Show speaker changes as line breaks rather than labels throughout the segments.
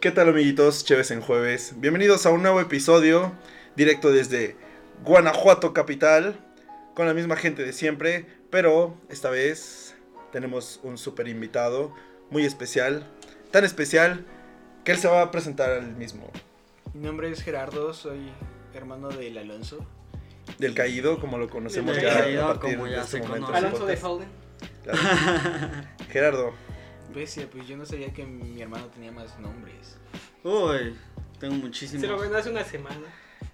¿Qué tal amiguitos? Chéves en jueves. Bienvenidos a un nuevo episodio directo desde Guanajuato capital con la misma gente de siempre, pero esta vez tenemos un super invitado muy especial, tan especial que él se va a presentar al mismo.
Mi nombre es Gerardo, soy hermano del Alonso.
Del caído, como lo conocemos
Del
ya
caído,
a partir
como
de
ya
este
se
momento.
conoce.
en su
Alonso de
podcast.
Holden.
Claro. Gerardo,
Bestia, pues yo no sabía que mi hermano tenía más nombres.
Uy, tengo
Se lo
muchísimos.
ganó hace una semana.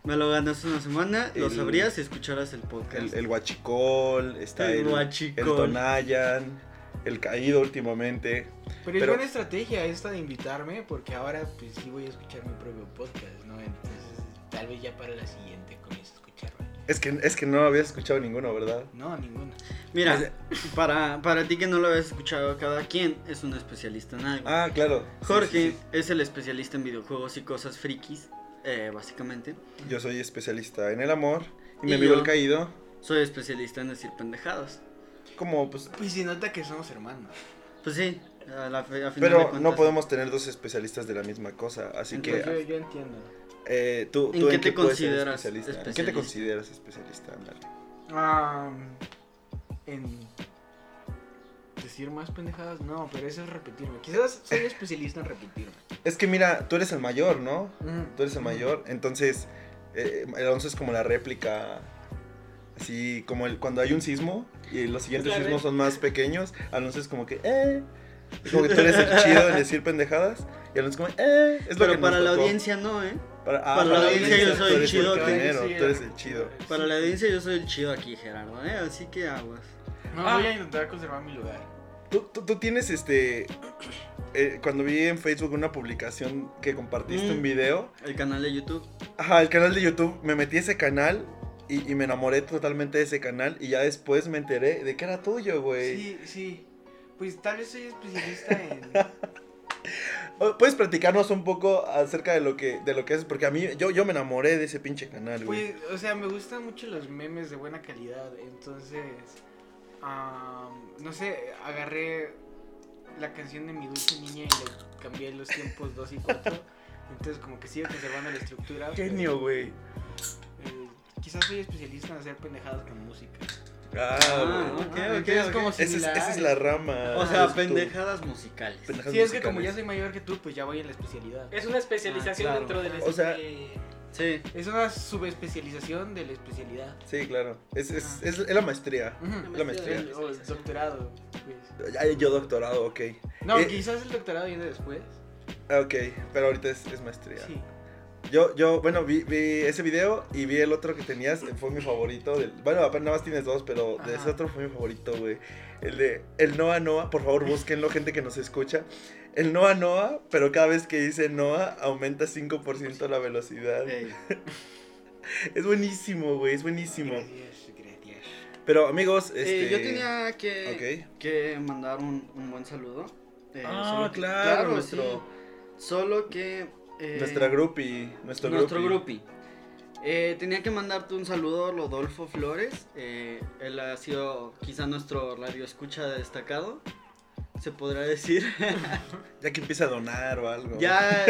Me lo gané hace una semana, lo
El-
sabrías si escucharas el podcast.
el, el guachicol, está
El
el,
guachicol.
el Tonayan, el caído últimamente.
Pero, es
Pero-
buena estrategia esta de invitarme porque ahora pues sí voy a escuchar mi propio podcast, ¿no? Entonces tal vez ya para la siguiente comience a escucharme.
Es que, es que no habías escuchado ninguno, ¿verdad?
No, ninguna.
Mira, para, para ti que no lo habías escuchado, cada quien es un especialista en algo.
Ah, claro. Sí,
Jorge
sí, sí.
es el especialista en videojuegos y cosas frikis, eh, básicamente.
Yo soy especialista en el amor y mi
Y
amigo
yo.
el caído,
Soy especialista en decir pendejadas.
como pues...
Pues se nota que somos hermanos.
Pues sí, a la fe- a final de
Pero
cuentas.
no podemos tener dos especialistas de la misma cosa, así
¿Qué?
Pues, yo,
que...
yo entiendo.
eh, tú,
¿En
tú
qué te
puedes ser
consideras
¿En qué te
especialista?
consideras especialista? Ándale.
Ah, en decir más pendejadas, no, pero eso es repetirme. Quizás soy especialista en repetirme.
Es que mira, tú eres el mayor, ¿no? Tú eres el
Ujú.
mayor, entonces eh, Alonso es como la réplica, así como el, cuando hay un sismo y los siguientes
la
sismos
ré-
son más pequeños, Alonso es como que, eh, es como que tú eres el chido en decir pendejadas y Alonso como, eh, es lo
Pero
que
para
nos
la
tocó.
audiencia no, ¿eh?
Para, ah,
para la
audiencia yo soy
tú
el
eres
chido,
el
ok.
primero,
Sí,
tú eres
sí,
el chido.
Para la audiencia yo soy el chido aquí, Gerardo, ¿eh? Así que aguas.
No,
Ah.
voy a intentar conservar mi lugar.
Tú, tú- tú tienes este, eh, cuando vi en Facebook una publicación que compartiste
Mm.
un video,
El canal de YouTube.
Ajá, el canal de YouTube, me metí a ese canal y, y me enamoré totalmente de ese canal y ya después me enteré de que era tuyo, güey.
Sí, sí. Pues tal vez soy especialista en.
O- ¿Puedes platicarnos un poco acerca de lo que, de lo que haces? Porque a mí, yo, yo me enamoré de ese pinche canal, güey.
pues, o sea, me gustan mucho los memes de buena calidad. Entonces, am, no sé, agarré la canción de mi dulce niña y le cambié los tiempos 2 y 4. Entonces, como que sigo conservando la estructura. pero,
Genio, güey.
eh, quizás soy especialista en hacer pendejadas con música.
Ah,
Ah,
güey.
ok,
Entonces,
ok,
es
ok.
como
Esa es,
similar.
esa Ah, es la rama.
O sea,
de tu-
pendejadas musicales.
pendejadas
Sí, es que como ya
musicales.
soy mayor que tú, pues ya voy en la especialidad.
Es una especialización
Ah, claro.
dentro del
O sea,
este,
Sí.
Es una subespecialización de la especialidad.
Sí, claro. Es,
Ah.
es, es, es la maestría.
Ujú.
La maestría.
El- o el doctorado. pues.
Ay, Yo doctorado, ok.
No,
Eh,
quizás el doctorado viene después.
Ok, pero ahorita es, es maestría.
Sí.
Yo, yo, bueno, vi, vi ese video y vi el otro que tenías, eh, fue mi favorito. del- bueno, apenas nada más tienes dos, pero de ese
Ajá.
otro fue mi favorito, güey. El de el Noah Noah, por favor búsquenlo, gente que nos escucha. El Noah Noah, pero cada vez que dice Noah aumenta 5% la velocidad.
Ey.
Es buenísimo, güey, es buenísimo.
Gracias, gracias.
Pero amigos,
Eh,
este...
yo tenía eh, que,
Ok.
que mandar un, un buen saludo. Eh,
Ah,
solo
claro, nuestro-
sí. Solo que... eh,
Nuestra grupi, nuestro,
Nuestro
grupi.
grupi. Eh, tenía que mandarte un saludo, Rodolfo Flores. Eh, él ha sido quizá nuestro radio escucha destacado. Se podrá decir.
Ya que empieza a donar o algo.
ya,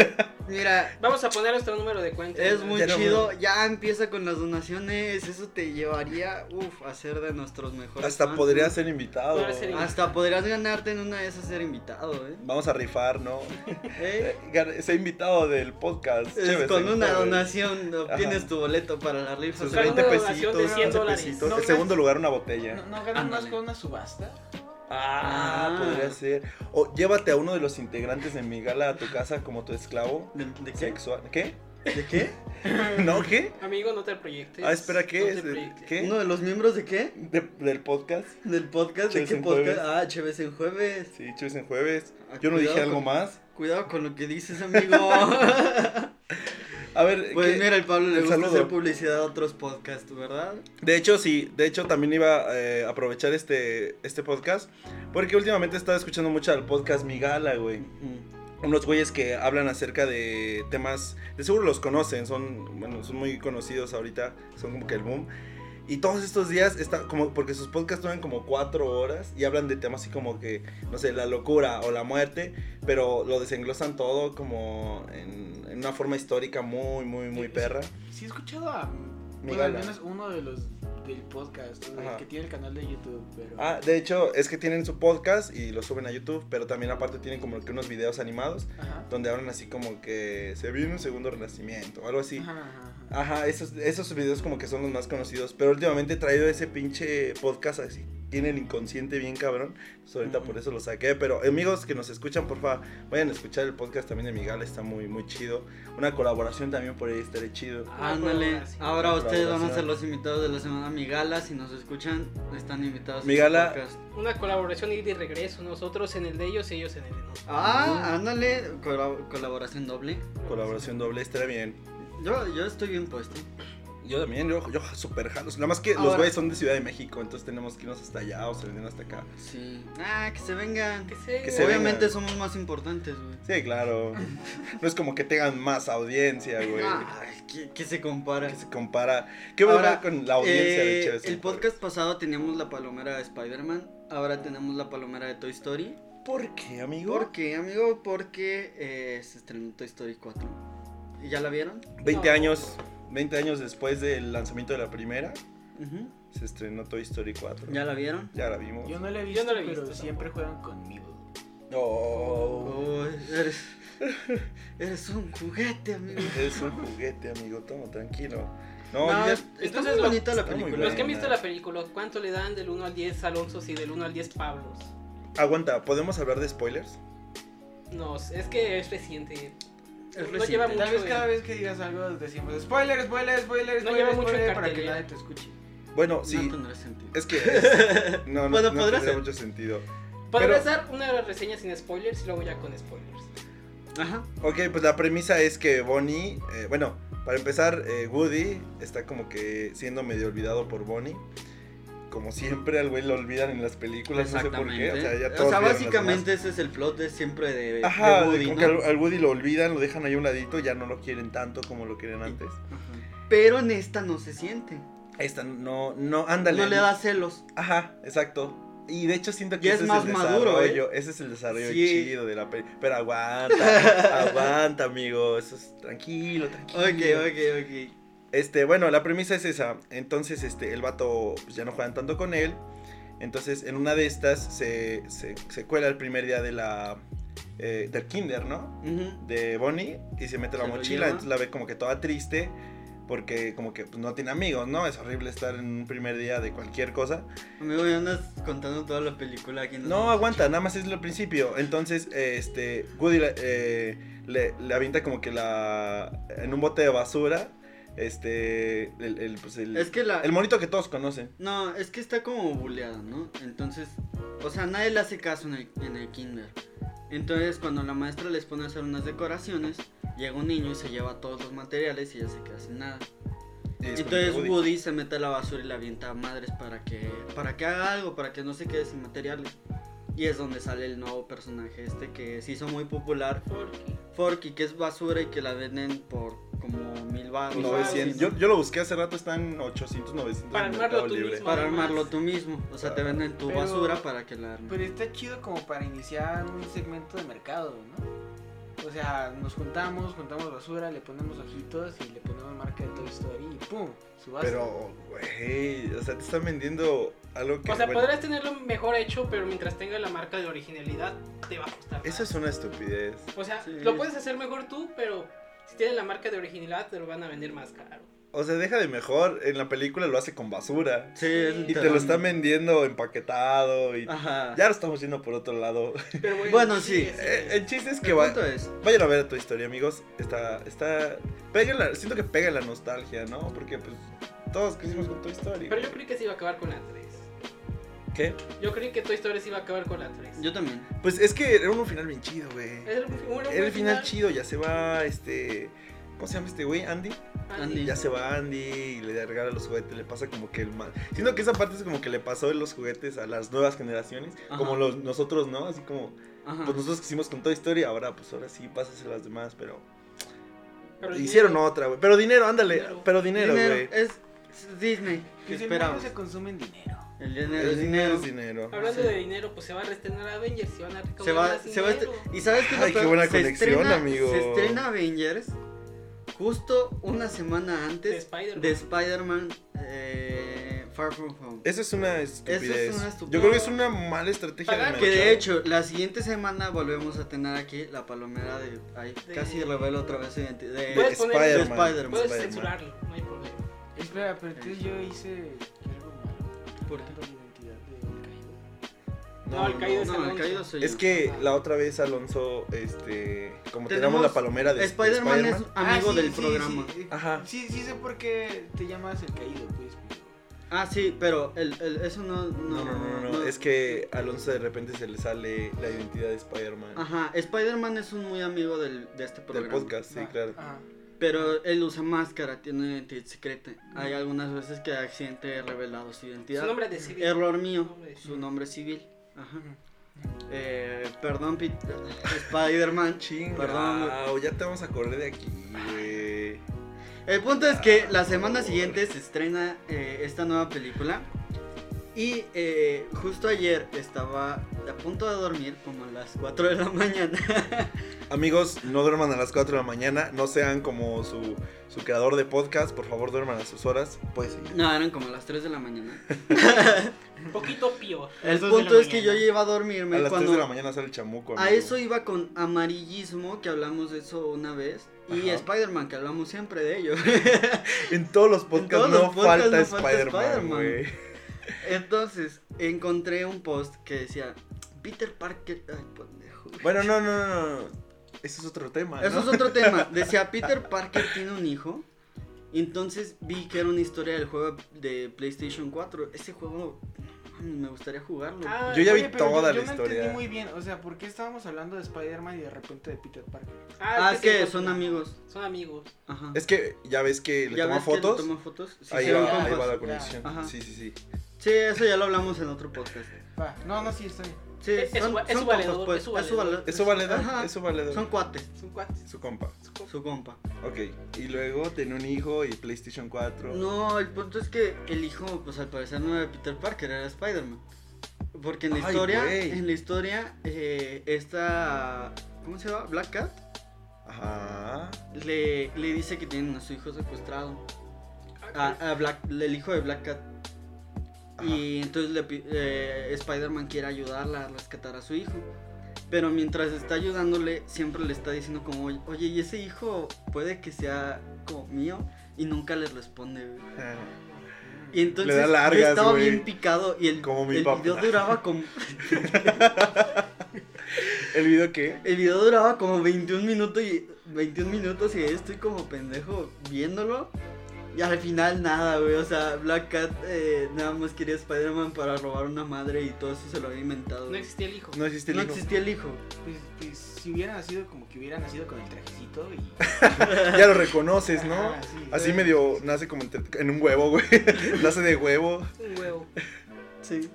mira,
Vamos a poner nuestro número de cuenta.
Es
¿no?
muy
Ya no
chido, ya empieza con las donaciones, eso te llevaría, uff, a ser de nuestros mejores.
Hasta
fans,
podría
¿no?
ser invitado.
Podría ser invitado.
Hasta podrías ganarte en una de esas ser invitado, ¿eh?
Vamos a rifar, ¿no?
¿Eh?
Eh, gan- Se ha invitado del podcast.
Es
chévere,
con
se
una
puede.
donación obtienes
Ajá.
tu boleto para la rifa.
Sus
pero-
20
una donación
pesitos,
de 100
11
dólares.
pesitos.
No,
en
gracias.
segundo lugar, una botella.
¿No, no ganan más
Ándale.
con una subasta?
Ah,
Ah.
podría ser. O llévate a uno de los integrantes de mi gala a tu casa como tu esclavo
¿De, de qué?
sexual. ¿Qué?
¿De qué?
¿No? ¿Qué?
Amigo, no te proyectes.
Ah, espera,
No
¿qué
te
es?
proyectes.
¿Uno
¿Qué?
de los miembros de qué?
De- ¿Del podcast?
¿Del podcast? ¿De
Chéves
qué
en
podcast?
jueves.
Ah, Chéves en jueves.
Sí, Chuves en jueves.
Ah,
Yo no dije
cuidado
algo
con-
más.
Cuidado con lo que dices, amigo.
A ver,
pues
¿qué?
mira, el Pablo le
El
gusta
saludo.
hacer publicidad a otros podcasts, ¿verdad?
de hecho, sí, de hecho también iba eh, a aprovechar este, este podcast. Porque últimamente estaba escuchando mucho al podcast Mi Gala, güey.
Mm.
unos güeyes que hablan acerca de temas, de seguro los conocen, son, bueno, son muy conocidos ahorita, son como que el boom. Y todos estos días está como porque sus podcasts duran como cuatro horas y hablan de temas así como que no sé la locura o la muerte, pero lo desenglosan todo como en, en una forma histórica muy muy muy
Sí,
perra.
Sí he escuchado a
Mi
bueno, al
gala.
menos uno de los del podcast, o sea,
Ajá.
el que tiene el canal de YouTube, pero
Ah, de hecho es que tienen su podcast y lo suben a YouTube, pero también aparte tienen como que unos videos animados
ajá.
donde hablan así como que se viene un segundo renacimiento o algo así.
Ajá, ajá, ajá.
Ajá, esos, esos videos como que son los más conocidos. Pero últimamente he traído ese pinche podcast así. Tiene el inconsciente bien cabrón. Entonces, ahorita
Ujú.
por eso lo saqué. Pero amigos que nos escuchan, porfa, vayan a escuchar el podcast también de Miguel. Está muy, muy chido. Una colaboración también por ahí estaría chido.
Ah,
Ándale,
colaboración.
ahora ustedes van a ser
Colaboración.
los invitados de la semana. Mi gala, si nos escuchan, están invitados. a
Mi
su
gala.
podcast.
Una colaboración ida y de regreso. Nosotros en el de ellos, ellos en el de nosotros.
Ah, ándale, colab- colaboración doble.
Colaboración doble, estaría bien.
Yo, yo estoy bien puesto.
Yo también, yo, yo super jalos. Nada más que los
Ahora-
güeyes son de Ciudad de México. Entonces tenemos que irnos hasta allá o se vienen hasta acá.
Sí. Ah, que se vengan.
Que se,
Que se ve.
Obviamente
vengan.
somos más importantes, güey.
Sí, claro. no es como que tengan más audiencia, güey.
Ay, ¿qué, qué se compara?
Que se compara. ¿Qué va a
Ah. Ahora,
ver con la audiencia
Eh,
de Chévez?
el podcast pasado teníamos la palomera de Spider-Man, ahora tenemos la palomera de Toy Story.
¿Por qué, amigo?
¿Por qué, amigo? Porque eh, se estrenó Toy Story 4. ¿Y ¿Ya la vieron?
20
No.
años, 20 años después del lanzamiento de la primera,
Ujú.
se estrenó Toy Story 4.
¿Ya la vieron?
Ya la vimos.
Yo no lo he
Yo
visto,
no lo he
pero
visto
siempre juegan conmigo.
No.
Uy, eres, eres un juguete, amigo.
Es un juguete, amigo. Toma, tranquilo. No,
No,
ya-
es- está
Entonces
muy
lo-
bonita la
está muy
película.
Los que han
buena.
visto la película, ¿cuánto le dan del 1 al 10 Alonso y del 1 al 10 Pablos?
aguanta, ¿podemos hablar de spoilers?
No, es que es reciente.
Es
no lleva
reciente.
mucho
Tal vez
en-
cada vez que digas algo decimos spoiler, spoiler, spoiler, spoiler,
No lleva mucho en
spoiler", para que
cartelera.
nadie te escuche.
Bueno,
No
sí.
tendrá sentido.
es que es- no, no,
Bueno,
no
podrá
tendría
ser.
mucho sentido.
Podrías
Pero-
dar una reseña sin spoilers y luego ya con spoilers.
Ajá.
Ok, pues la premisa es que Bonnie, eh, bueno, para empezar, eh, Woody está como que siendo medio olvidado por Bonnie. Como siempre, al güey lo olvidan en las películas, no sé por qué.
Exactamente.
O sea, ya todos vieron las
básicamente ese es el plot de siempre de, de
Ajá,
Woody,
de como
¿no?
que al, al Woody lo olvidan, lo dejan ahí a un ladito, ya no lo quieren tanto como lo querían antes.
Ajá. Pero en esta no se siente.
Esta no, no, ándale.
No le da celos.
Ajá, exacto. Y de hecho siento que
Ya
ese
es más
el
maduro, ¿eh?
desarrollo, ese es el desarrollo
Sí.
chido de la peli. Pero aguanta, aguanta, amigo. Eso es tranquilo, tranquilo.
Ok, ok, ok.
Este, bueno, la premisa es esa. Entonces, este, el vato pues, ya no juegan tanto con él. Entonces, en una de estas se, se, se cuela el primer día de la eh, del kinder, ¿no?
Ujú.
de Bonnie y se mete la
Se lo
mochila,
lleva.
entonces la ve como que toda triste porque como que pues, no tiene amigos, ¿no? Es horrible estar en un primer día de cualquier cosa.
Amigo, ya andas contando toda la película aquí.
No aguanta, nada más es lo principio. Entonces, eh, este, Woody la- eh, le, le avienta como que la en un bote de basura, este, el, el, pues, el-
Es que la.
el monito que todos conocen.
No, es que está como buleada, ¿no? Entonces, o sea, nadie le hace caso en el, en el kinder. Entonces, cuando la maestra les pone a hacer unas decoraciones, llega un niño y se lleva todos los materiales y ella se queda sin nada.
Y es como que
Entonces Woody. se mete a la basura y la avienta a madres para que, para que haga algo, para que no se quede sin materiales. Y es donde sale el nuevo personaje este que se hizo muy popular,
Porque
Forky, que es basura y que la venden por como mil Pues, barros.
900. Yo, yo lo busqué hace rato, están 800, 900
Para
en
armarlo
Mercado
tú
Libre.
mismo.
Para armarlo tú mismo. O sea, te venden tu
Pero-
basura para que la armes.
Pero está chido como para iniciar un segmento de mercado, ¿no? O sea, nos juntamos, juntamos basura, le ponemos ojitos y le ponemos marca de Toy Story y ¡pum! Subasta.
Pero, güey, o sea, te están vendiendo algo que...
O sea,
bueno,
podrás tenerlo mejor hecho, pero mientras tenga la marca de originalidad, te va a costar.
Eso es
más.
una estupidez.
O sea,
Sí.
lo puedes hacer mejor tú, pero si tienes la marca de originalidad, te lo van a vender más caro.
O sea, deja de mejor. En la película lo hace con basura.
Sí, es
Y
Y te
literal.
lo están vendiendo empaquetado y.
Ajá.
Ya lo estamos yendo por otro lado.
Pero bueno,
Bueno, sí.
es-
Eh, El chiste es
¿Qué
que va-
punto es?
vayan a ver tu historia, amigos. Está. está pega la- siento que pega la nostalgia, ¿no? Porque pues todos crecimos con tu historia.
Pero yo creí que se iba a acabar con la 3.
¿Qué?
Yo creí que Toy Story se iba a acabar con la 3.
Yo también.
Pues es que era un final bien chido, güey.
Era un- un- un
Era el
buen
final chido, ya se va este. ¿Cómo se llama este güey? Andy.
Andy.
Ya se va Andy y le regala los juguetes, le pasa como que el mal. Siento que esa parte es como que le pasó de los juguetes a las nuevas generaciones,
Ajá.
como los, nosotros, ¿no? Así como,
Ajá.
pues nosotros hicimos con toda historia, ahora pues ahora sí pásase a las demás, pero,
Pero el
hicieron
dinero-
otra, güey. Pero dinero, ándale,
Dinero.
pero dinero,
Dinero,
güey.
es Es Disney, ¿qué
Pues el mundo
esperabas?
se consume en dinero.
El dinero,
El
el
dinero
dinero.
es dinero.
Hablando
Sí.
de dinero, pues se va a restrenar Avengers y van a recaudar
Se va,
más
se va a
dinero.
estre- y sabes qué es lo
Ay, qué
peor?
buena
Se
conexión,
estrena-
amigo.
Se estrena Avengers justo una semana
De
antes
Spider-Man.
de Spider-Man eh, Far From Home.
Eso es una estupidez.
estupidez.
Yo creo que es una mala estrategia
Pagar.
de
Que
mercado.
de hecho, la siguiente semana volvemos a tener aquí la palomera de. Ay,
De-
casi revelo otra vez su identidad. de-
De
Puedes poner- de
Spider-Man.
Spider-Man.
Puedes
Spider-Man.
censurarlo, no hay problema.
Espera, pero entonces yo hice algo malo.
¿Por
Dando la identidad del caído.
No, el caído es
No, el
Alonso.
caído soy
Es
yo.
que la otra vez Alonso, este, como teníamos
Tenemos-
la palomera de de
Spider-Man
Spider-Man,
es
Ah,
amigo
sí,
del
sí,
programa.
Sí, eh,
Ajá.
Sí, sí sé por qué te llamas el caído, pues. pero-
Ah, sí, pero el, el- eso no
No,
no,
no, no, no, Es que a Alonso de repente se le sale la identidad de Spider-Man
Ajá, Spider-Man es un muy amigo del, de este
del
programa.
podcast, sí,
Ah,
claro.
ajá.
Pero él usa máscara, tiene una identidad secreta. Hay algunas veces que accidente he revelado su identidad.
Su nombre de civil.
Error mío,
Su nombre de
su nombre civil. Ajá. Eh, perdón, Pit- Spider-Man.
Chingao,
Perdón.
ya te vamos a correr de aquí, güey.
El punto es que la semana
Por favor.
siguiente se estrena eh, esta nueva película. Y eh, justo ayer estaba a punto de dormir, como a las 4 de la mañana.
Amigos, no duerman a las 4 de la mañana, no sean como su, su creador de podcast, por favor duerman a sus horas. Pues sí.
no, eran como a las 3 de la mañana.
Un poquito pío.
El
Las dos de la
punto es que yo
mañana.
ya iba a
A
dormirme
las 3
cuando
de la mañana sale el chamuco.
A
amigo.
eso iba con amarillismo, que hablamos de eso una vez. Y
Ajá.
Spider-Man, que hablamos siempre de ello.
En todos los
En
podcasts
todos
no,
los podcasts
falta
no falta
Spider-Man,
Spider-Man.
güey.
Entonces, encontré un post que decía, Peter Parker... Ay, pendejo.
Bueno, no, no, no, no. Eso es otro tema.
Eso
Ah, ¿no?
es otro tema. Decía, Peter Parker tiene un hijo. Entonces vi que era una historia del juego de PlayStation 4. Ese juego, no mames, me gustaría jugarlo.
Ah,
Yo ya vi
Oye, pero
toda
yo
la
no entendí
historia.
muy bien, o sea, ¿por qué estábamos hablando de Spider-Man y de repente de Peter Parker?
Ah, es
se
que
encuentran.
son amigos.
Son amigos.
Ajá.
Es que ya ves que le
¿Ya
toma
ves que le
fotos.
toma fotos? Sí,
ahí,
se ven
va,
compas,
ahí va la
ya.
conexión.
Ajá.
Sí, sí, sí.
Sí, eso ya lo hablamos en otro podcast.
Va, no, no, sí, está bien.
Sí,
Es- es
son,
su- es
son
su
compas,
valedor,
pues.
es su valedor.
Es su valedor,
Ajá,
es su valedor.
Son cuates,
Son cuates.
Su compa.
Son compas.
su compa.
Ok. Y luego tiene un hijo y PlayStation 4.
No, el punto es que el hijo, pues al parecer no era Peter Parker, era Spider-Man. Porque en la
Ay,
historia,
güey.
en la historia, eh, esta, ¿cómo se llama? Black Cat,
Ajá.
le, le dice que tienen a su hijo secuestrado. A, a Black, el hijo de Black Cat. Y entonces le pi- eh, Spider-Man quiere ayudarla a rescatar a su hijo. Pero mientras está ayudándole, siempre le está diciendo como, oye, ¿y ese hijo puede que sea como mío? Y nunca le responde, güey.
Ajá.
Y entonces
Le da largas,
yo estaba
güey.
bien picado y el,
Como mi
el
papá.
video duraba como
¿El video qué?
el video duraba como 21 minutos y 21 minutos y ahí estoy como pendejo viéndolo. Y al final nada, güey, o sea, Black Cat eh, nada más quería Spider-Man para robar una madre y todo eso se lo había inventado.
No
güey.
existía el hijo.
No existe el
No
hijo.
existía el hijo.
Pues, pues si hubiera nacido como que hubiera nacido con el trajecito y...
Ya lo reconoces, ¿no?
Ajá, sí.
Así medio nace como entre- en un huevo, güey. nace de huevo.
Un huevo.
Sí.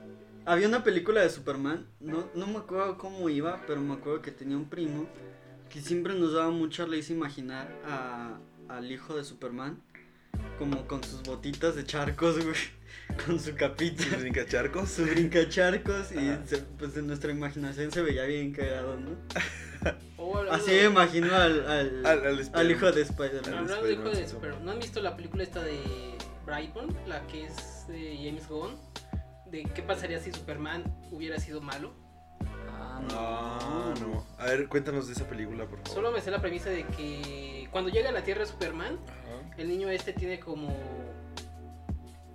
Había una película de Superman, no, no me acuerdo cómo iba, pero me acuerdo que tenía un primo que siempre nos daba mucha risa imaginar a- al hijo de Superman como con sus botitas de charcos, güey, con su capita,
Sin charcos.
su brincacharcos y
Ajá.
se- pues en nuestra imaginación se veía bien cagado, ¿no?
O algo-
Así me imagino al, al,
Al, al
al
Spider-Man.
hijo de Spider-Man.
Hablando de hijo
Spider-Man,
de
sí.
Super. ¿No han visto la película esta de Brightburn? La que es de James Gunn. De qué pasaría si Superman hubiera sido malo.
Ah,
Ah, no. A ver, cuéntanos de esa película, por favor.
Solo me sé la premisa de que cuando llega a la Tierra Superman,
Ajá.
el niño este tiene como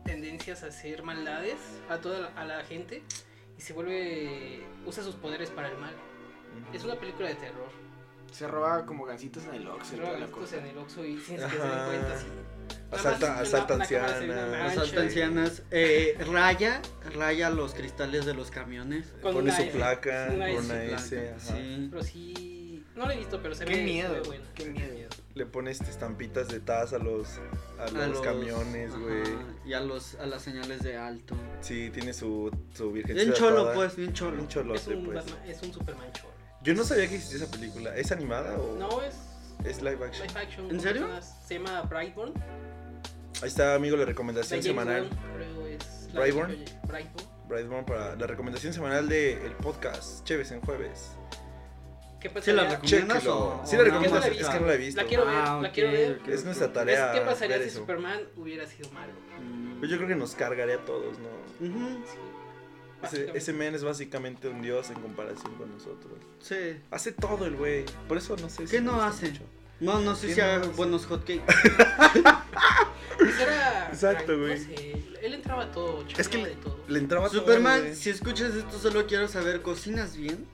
tendencias a hacer maldades a toda la, a la gente y se vuelve usa sus poderes para el mal. Es una película de terror.
Se roba como gancitos en el Oxxo
Se
y toda
roban
la
estos
cosa.
en el Oxxo y sin que se den
Ajá.
cuenta. así.
Asalta-
Nada más
asalta
una- una cámara se ve una
ancianas.
mancha,
Asalta ancianas, eh, raya, raya los cristales de los camiones.
con
Pone
una
su
S,
placa, con
una S
una
Blanca,
S, ajá.
sí.
Pero sí. No lo he visto, pero se ve
Qué miedo,
se ve buena.
qué
Se ve
miedo.
Le pone este, estampitas de taz a los, a los,
A los-
camiones,
ajá,
güey.
Y a, los, a las señales de alto.
Sí, tiene su, su virgen.
Bien cholo, pues, bien cholo.
Un cholote,
Es un,
pues.
Batman- es un Superman cholo.
Yo no sabía que existía esa película. ¿Es animada o
No, es
es live action?
live action.
¿En
con
serio?
personas. Se llama Brightburn.
Ahí está, amigo, la recomendación
James
semanal.
Bond, creo es la
Brightburn.
que oye- Brightburn.
Brightburn para la recomendación semanal del podcast Cheves en jueves.
¿Qué
¿Sí la
pasaría?
recomiendas o-
Chéquelo. Sí
o
la
nada
recomiendas,
más
es
está?
que no la he visto.
La quiero ver,
Ah,
la
ok,
quiero ver.
ok,
Es
ok.
nuestra
Es-
tarea.
¿Qué pasaría
ver
si
eso.
Superman hubiera sido malo?
Mm.
Pues yo creo que nos cargaría a todos, ¿no?
Ujú,
Sí,
Ese,
básicamente.
ese men es básicamente un dios en comparación con nosotros.
Sí.
Hace todo el güey. Por eso no sé
¿Qué
me
no
gusta
hace?
mucho.
No, no sé
Sí,
si
no,
haga
sí.
buenos hotcakes.
Pues era-
Exacto,
no
güey.
sé, él entraba a todo,
Es que
chingaba de todo.
Le entraba todo,
Superman,
güey.
si escuchas esto, solo quiero saber, ¿cocinas bien?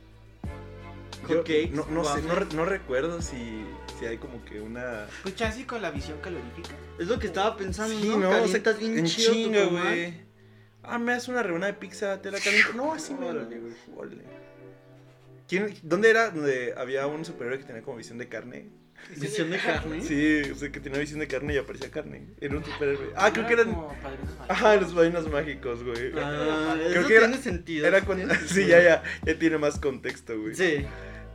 Yo
Hotcakes.
No, no sé,
waffles.
no, re- no recuerdo si, si hay como que una.
Pues chance y con la visión calorífica.
Es lo que estaba pensando,
Sí,
¿no?
no, o sea,
Calientas bien
en
chido tu
chinga,
comal.
güey. Ah, me haces una rebanada de pizza, te la caliento. No, así me
Órale,
Órale.
güey.
¿Quién, ¿Dónde era donde había un superhéroe que tenía como visión de carne?
Visión de carne.
Sí, o sea, que tenía visión de carne y aparecía carne. Era un superhéroe. Ah, creo que
Era
eran.
como padrinos mágicos.
Ajá, los vainos mágicos, güey.
Ah,
Creo
eso
que era-
tiene sentido.
Era
eso
cuando.
tiene
Sí,
sentido.
ya, ya. Ya tiene más contexto, güey.
Sí.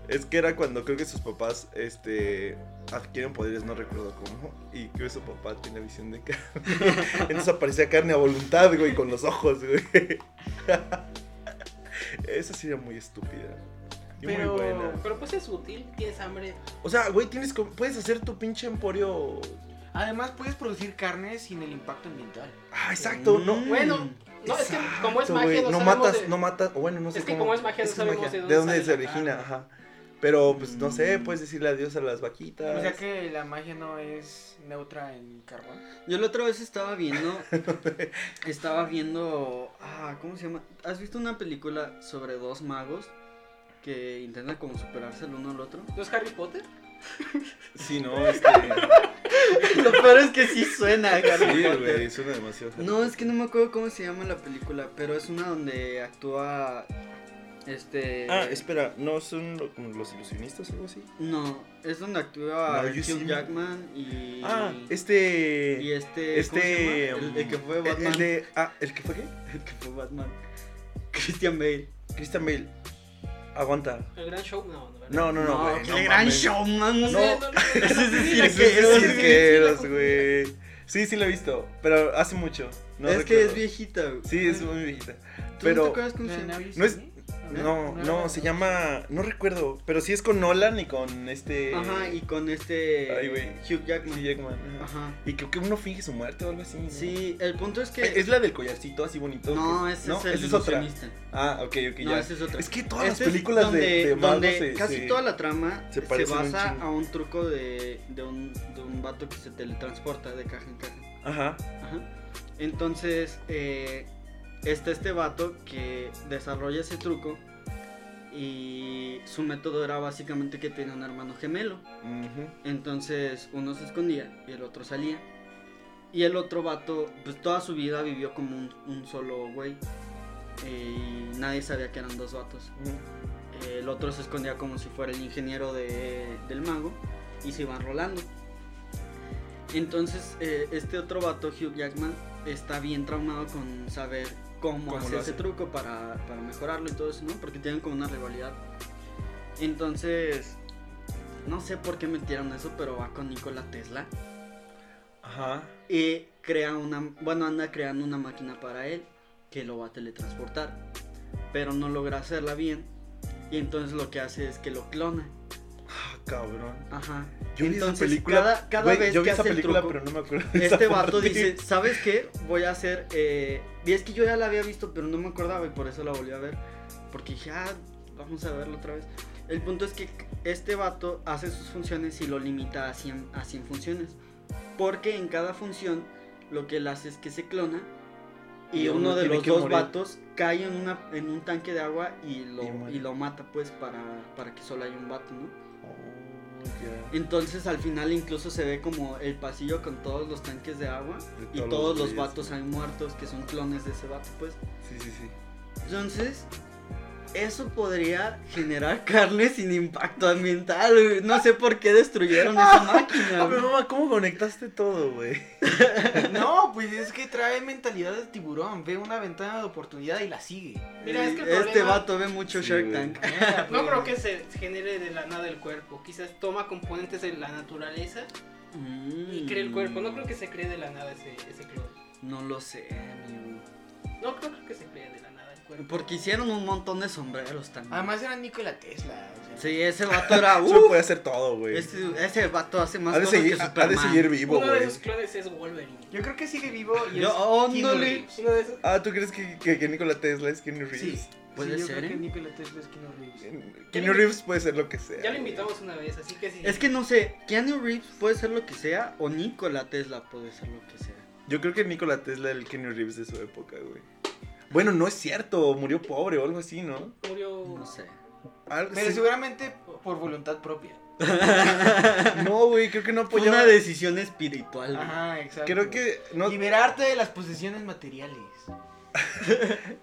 Es que era cuando creo que sus papás, este, adquieren poderes, no recuerdo cómo, y creo que su papá tiene visión de carne. Entonces aparecía carne a voluntad, güey, con los ojos, güey. Esa sí era muy estúpida. Y
Pero-
muy buena.
Pero pues es útil, tienes hambre.
O sea, güey, tienes como- puedes hacer tu pinche emporio.
Además, puedes producir carne sin el impacto ambiental.
Ah, exacto, no.
Mm.
Bueno, no, es que como es
Exacto,
magia,
güey,
no,
no
sabemos
matas,
de-
no matas, o bueno, no sé
Es que
cómo.
como es magia, no
que es
sabemos de
de
dónde
dónde se
sale la
origina,
carne.
ajá. Pero pues no sé,
Mm.
puedes decirle adiós a las vaquitas.
O sea que la magia no es neutra en carbón.
Yo la otra vez estaba viendo. estaba viendo. Ah, ¿cómo se llama? ¿Has visto una película sobre dos magos que intentan como superarse el uno al otro?
¿No es Harry Potter?
Sí, no, este.
Lo peor es que sí suena, Harry
Sí,
Potter.
güey, suena demasiado.
No, es que no me acuerdo cómo se llama la película, pero es una donde actúa. Este.
Ah, espera, ¿no son lo- los ilusionistas o algo así?
No, es donde actúa
No,
Hugh
yo sí.
Jackman y.
Ah,
Y
este.
este. ¿cómo se
Este.
llama? El, el que fue
el-
Batman.
El de. Ah, ¿el que fue qué?
el que fue Batman. Christian Bale.
Christian Bale. Aguanta.
El gran show, no, no. ¿verdad?
No, no, no, güey.
qué
no
gran
mames.
showman.
No,
güey.
sé, no, no, no.
Ese es decir
Ese es
que-
cirqueros, güey. Sí, sí lo he visto, pero hace mucho. No
es que es
recuerdo.
viejita, güey.
Sí, es muy viejita.
¿Tú no te
Pero.
acuerdas cómo se
¿La
llama?
Navi
No es-
Simi?
No,
era
no,
la-
se llama. No recuerdo, pero sí es con Nolan y con este.
Ajá, y con este.
Ay, güey.
Hugh Jackman.
Hugh Jackman. ajá.
Ajá.
Y creo que uno finge su muerte o algo así. ¿no?
Sí, el punto es que.
Eh, Es la del collarcito así bonito.
No,
que-
ese es
Esa
el
es otra.
ilusionista.
Ah, ok, ok,
No,
ya.
esa es otra.
Es que todas
Este
las
es
películas de-
donde-
de, magos
donde
se-
casi
se-
toda la trama
se
se,
parecen un
basa
chingo.
a un truco de, de, un, de un vato que se teletransporta de caja en caja.
Ajá.
Ajá. Entonces, eh, está este vato que desarrolla ese truco y su método era básicamente que tenía un hermano gemelo.
ujú.
Entonces uno se escondía y el otro salía. Y el otro vato, pues toda su vida vivió como un, un solo güey. Eh, Y nadie sabía que eran dos vatos. Eh, El otro se escondía como si fuera el ingeniero de- del mago y se iban rolando. Entonces eh, este otro vato, Hugh Jackman, está bien traumado con saber cómo,
¿Cómo
hacer
lo
ese
hace?
truco para, para mejorarlo y todo eso, ¿no? Porque tienen como una rivalidad. Entonces, no sé por qué metieron eso, pero va con Nikola Tesla
Ajá.
y crea una, bueno, anda creando una máquina para él que lo va a teletransportar, pero no logra hacerla bien y entonces lo que hace es que lo clona.
Ah, cabrón.
Ajá.
Yo vi esa
Entonces,
película.
cada- cada
güey,
vez
yo vi
que
esa
hace el
película,
truco,
pero no me acuerdo. de esa
Este vato
parte.
dice, ¿sabes qué? Voy a hacer, eh... y es que yo ya la había visto, pero no me acordaba y por eso la volví a ver, porque dije, ah, vamos a verlo otra vez. El punto es que este vato hace sus funciones y lo limita a 100, a 100 funciones. Porque en cada función lo que él hace es que se clona y,
Y uno
uno de
tiene
los
que
dos
morir.
vatos cae en, una, en un tanque de agua y lo,
Y muere.
y lo mata pues para, para que solo haya un vato, ¿no?
Oh, ya.
Entonces al final incluso se ve como el pasillo con todos los tanques de agua
De
y
todos
todos
los
los
güeyes,
vatos
¿no?
ahí muertos que son clones de ese vato, pues.
Sí, sí, sí.
Entonces, eso podría generar carne sin impacto ambiental. güey. No sé por qué destruyeron esa máquina.
Ah,
güey.
pero mamá, ¿cómo conectaste todo, güey?
No, pues es que trae mentalidad de tiburón. Ve una ventana de oportunidad y la sigue.
Mira, es que el
Este
problema-
vato ve mucho
Sí,
Shark
güey.
Tank.
No creo que se genere de la nada el cuerpo. Quizás toma componentes de la naturaleza
Mm.
y crea el cuerpo. No creo que se cree de la nada ese, ese clon.
No lo sé, amigo.
No creo que se cree de la nada el cuerpo.
Porque hicieron un montón de sombreros también.
Además era Nikola Tesla. o sea,
sí, ese vato era.
Eso
¡uh!
puede hacer todo, güey.
Ese, ese vato hace más
Ha de,
cosas
seguir,
que
ha- ha de
Superman.
seguir vivo,
Uno de
güey.
esos clones es Wolverine.
Yo creo que sigue vivo y
Yo-
es
oh,
Keanu
no le-
Reeves.
Uno de esos.
Ah, ¿tú crees que, que, que Nikola Tesla es Keanu Reeves?
Sí,
Puede
sí, yo
ser,
creo
¿eh?
que Nikola Tesla es Keanu Reeves.
Keanu Reeves puede ser lo que sea.
Ya lo
güey.
invitamos una vez, así que sí.
Es que no sé, Keanu Reeves puede ser lo que sea o Nikola Tesla puede ser lo que sea.
Yo creo que Nikola Tesla es el Keanu Reeves de su época, güey. Bueno, no es cierto, murió pobre o algo así, ¿no?
murió.
No sé.
Algo
Pero
sí.
seguramente por voluntad propia.
No, güey, creo que no
Fue
apoyaba.
una decisión espiritual. güey.
Ajá, exacto.
Creo que no,
Liberarte de las posesiones materiales.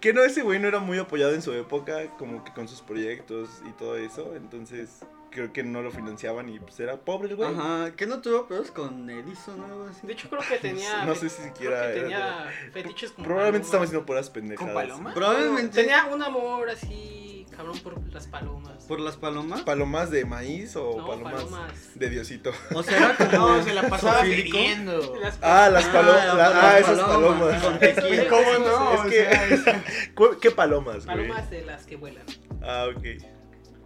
que no ese güey no era muy apoyado en su época, como que con sus proyectos y todo eso, entonces creo que no lo financiaban y pues era pobre el güey.
Ajá, que no tuvo pedos con Edison o algo así.
De hecho, creo que tenía.
No sé
fe-
si
creo
siquiera
que
era
tenía fetiches con.
Probablemente estamos haciendo
palomas.
puras pendejadas.
¿Con paloma?
Probablemente
Tenía un amor así, cabrón, por las palomas.
por las palomas.
¿Palomas de maíz o
no,
palomas,
palomas.
de Diosito?
O sea, era como
No, se la pasaba
zoofílico.
viviendo.
Las
Ah, las
Ah,
palomas.
la-
la-
las
ah, esas
palomas.
palomas.
Con
tequila.
¿Cómo no?
Es
Es
que...
que, ¿cu- ¿Qué palomas, güey?
palomas de las que vuelan.
Ah, ok.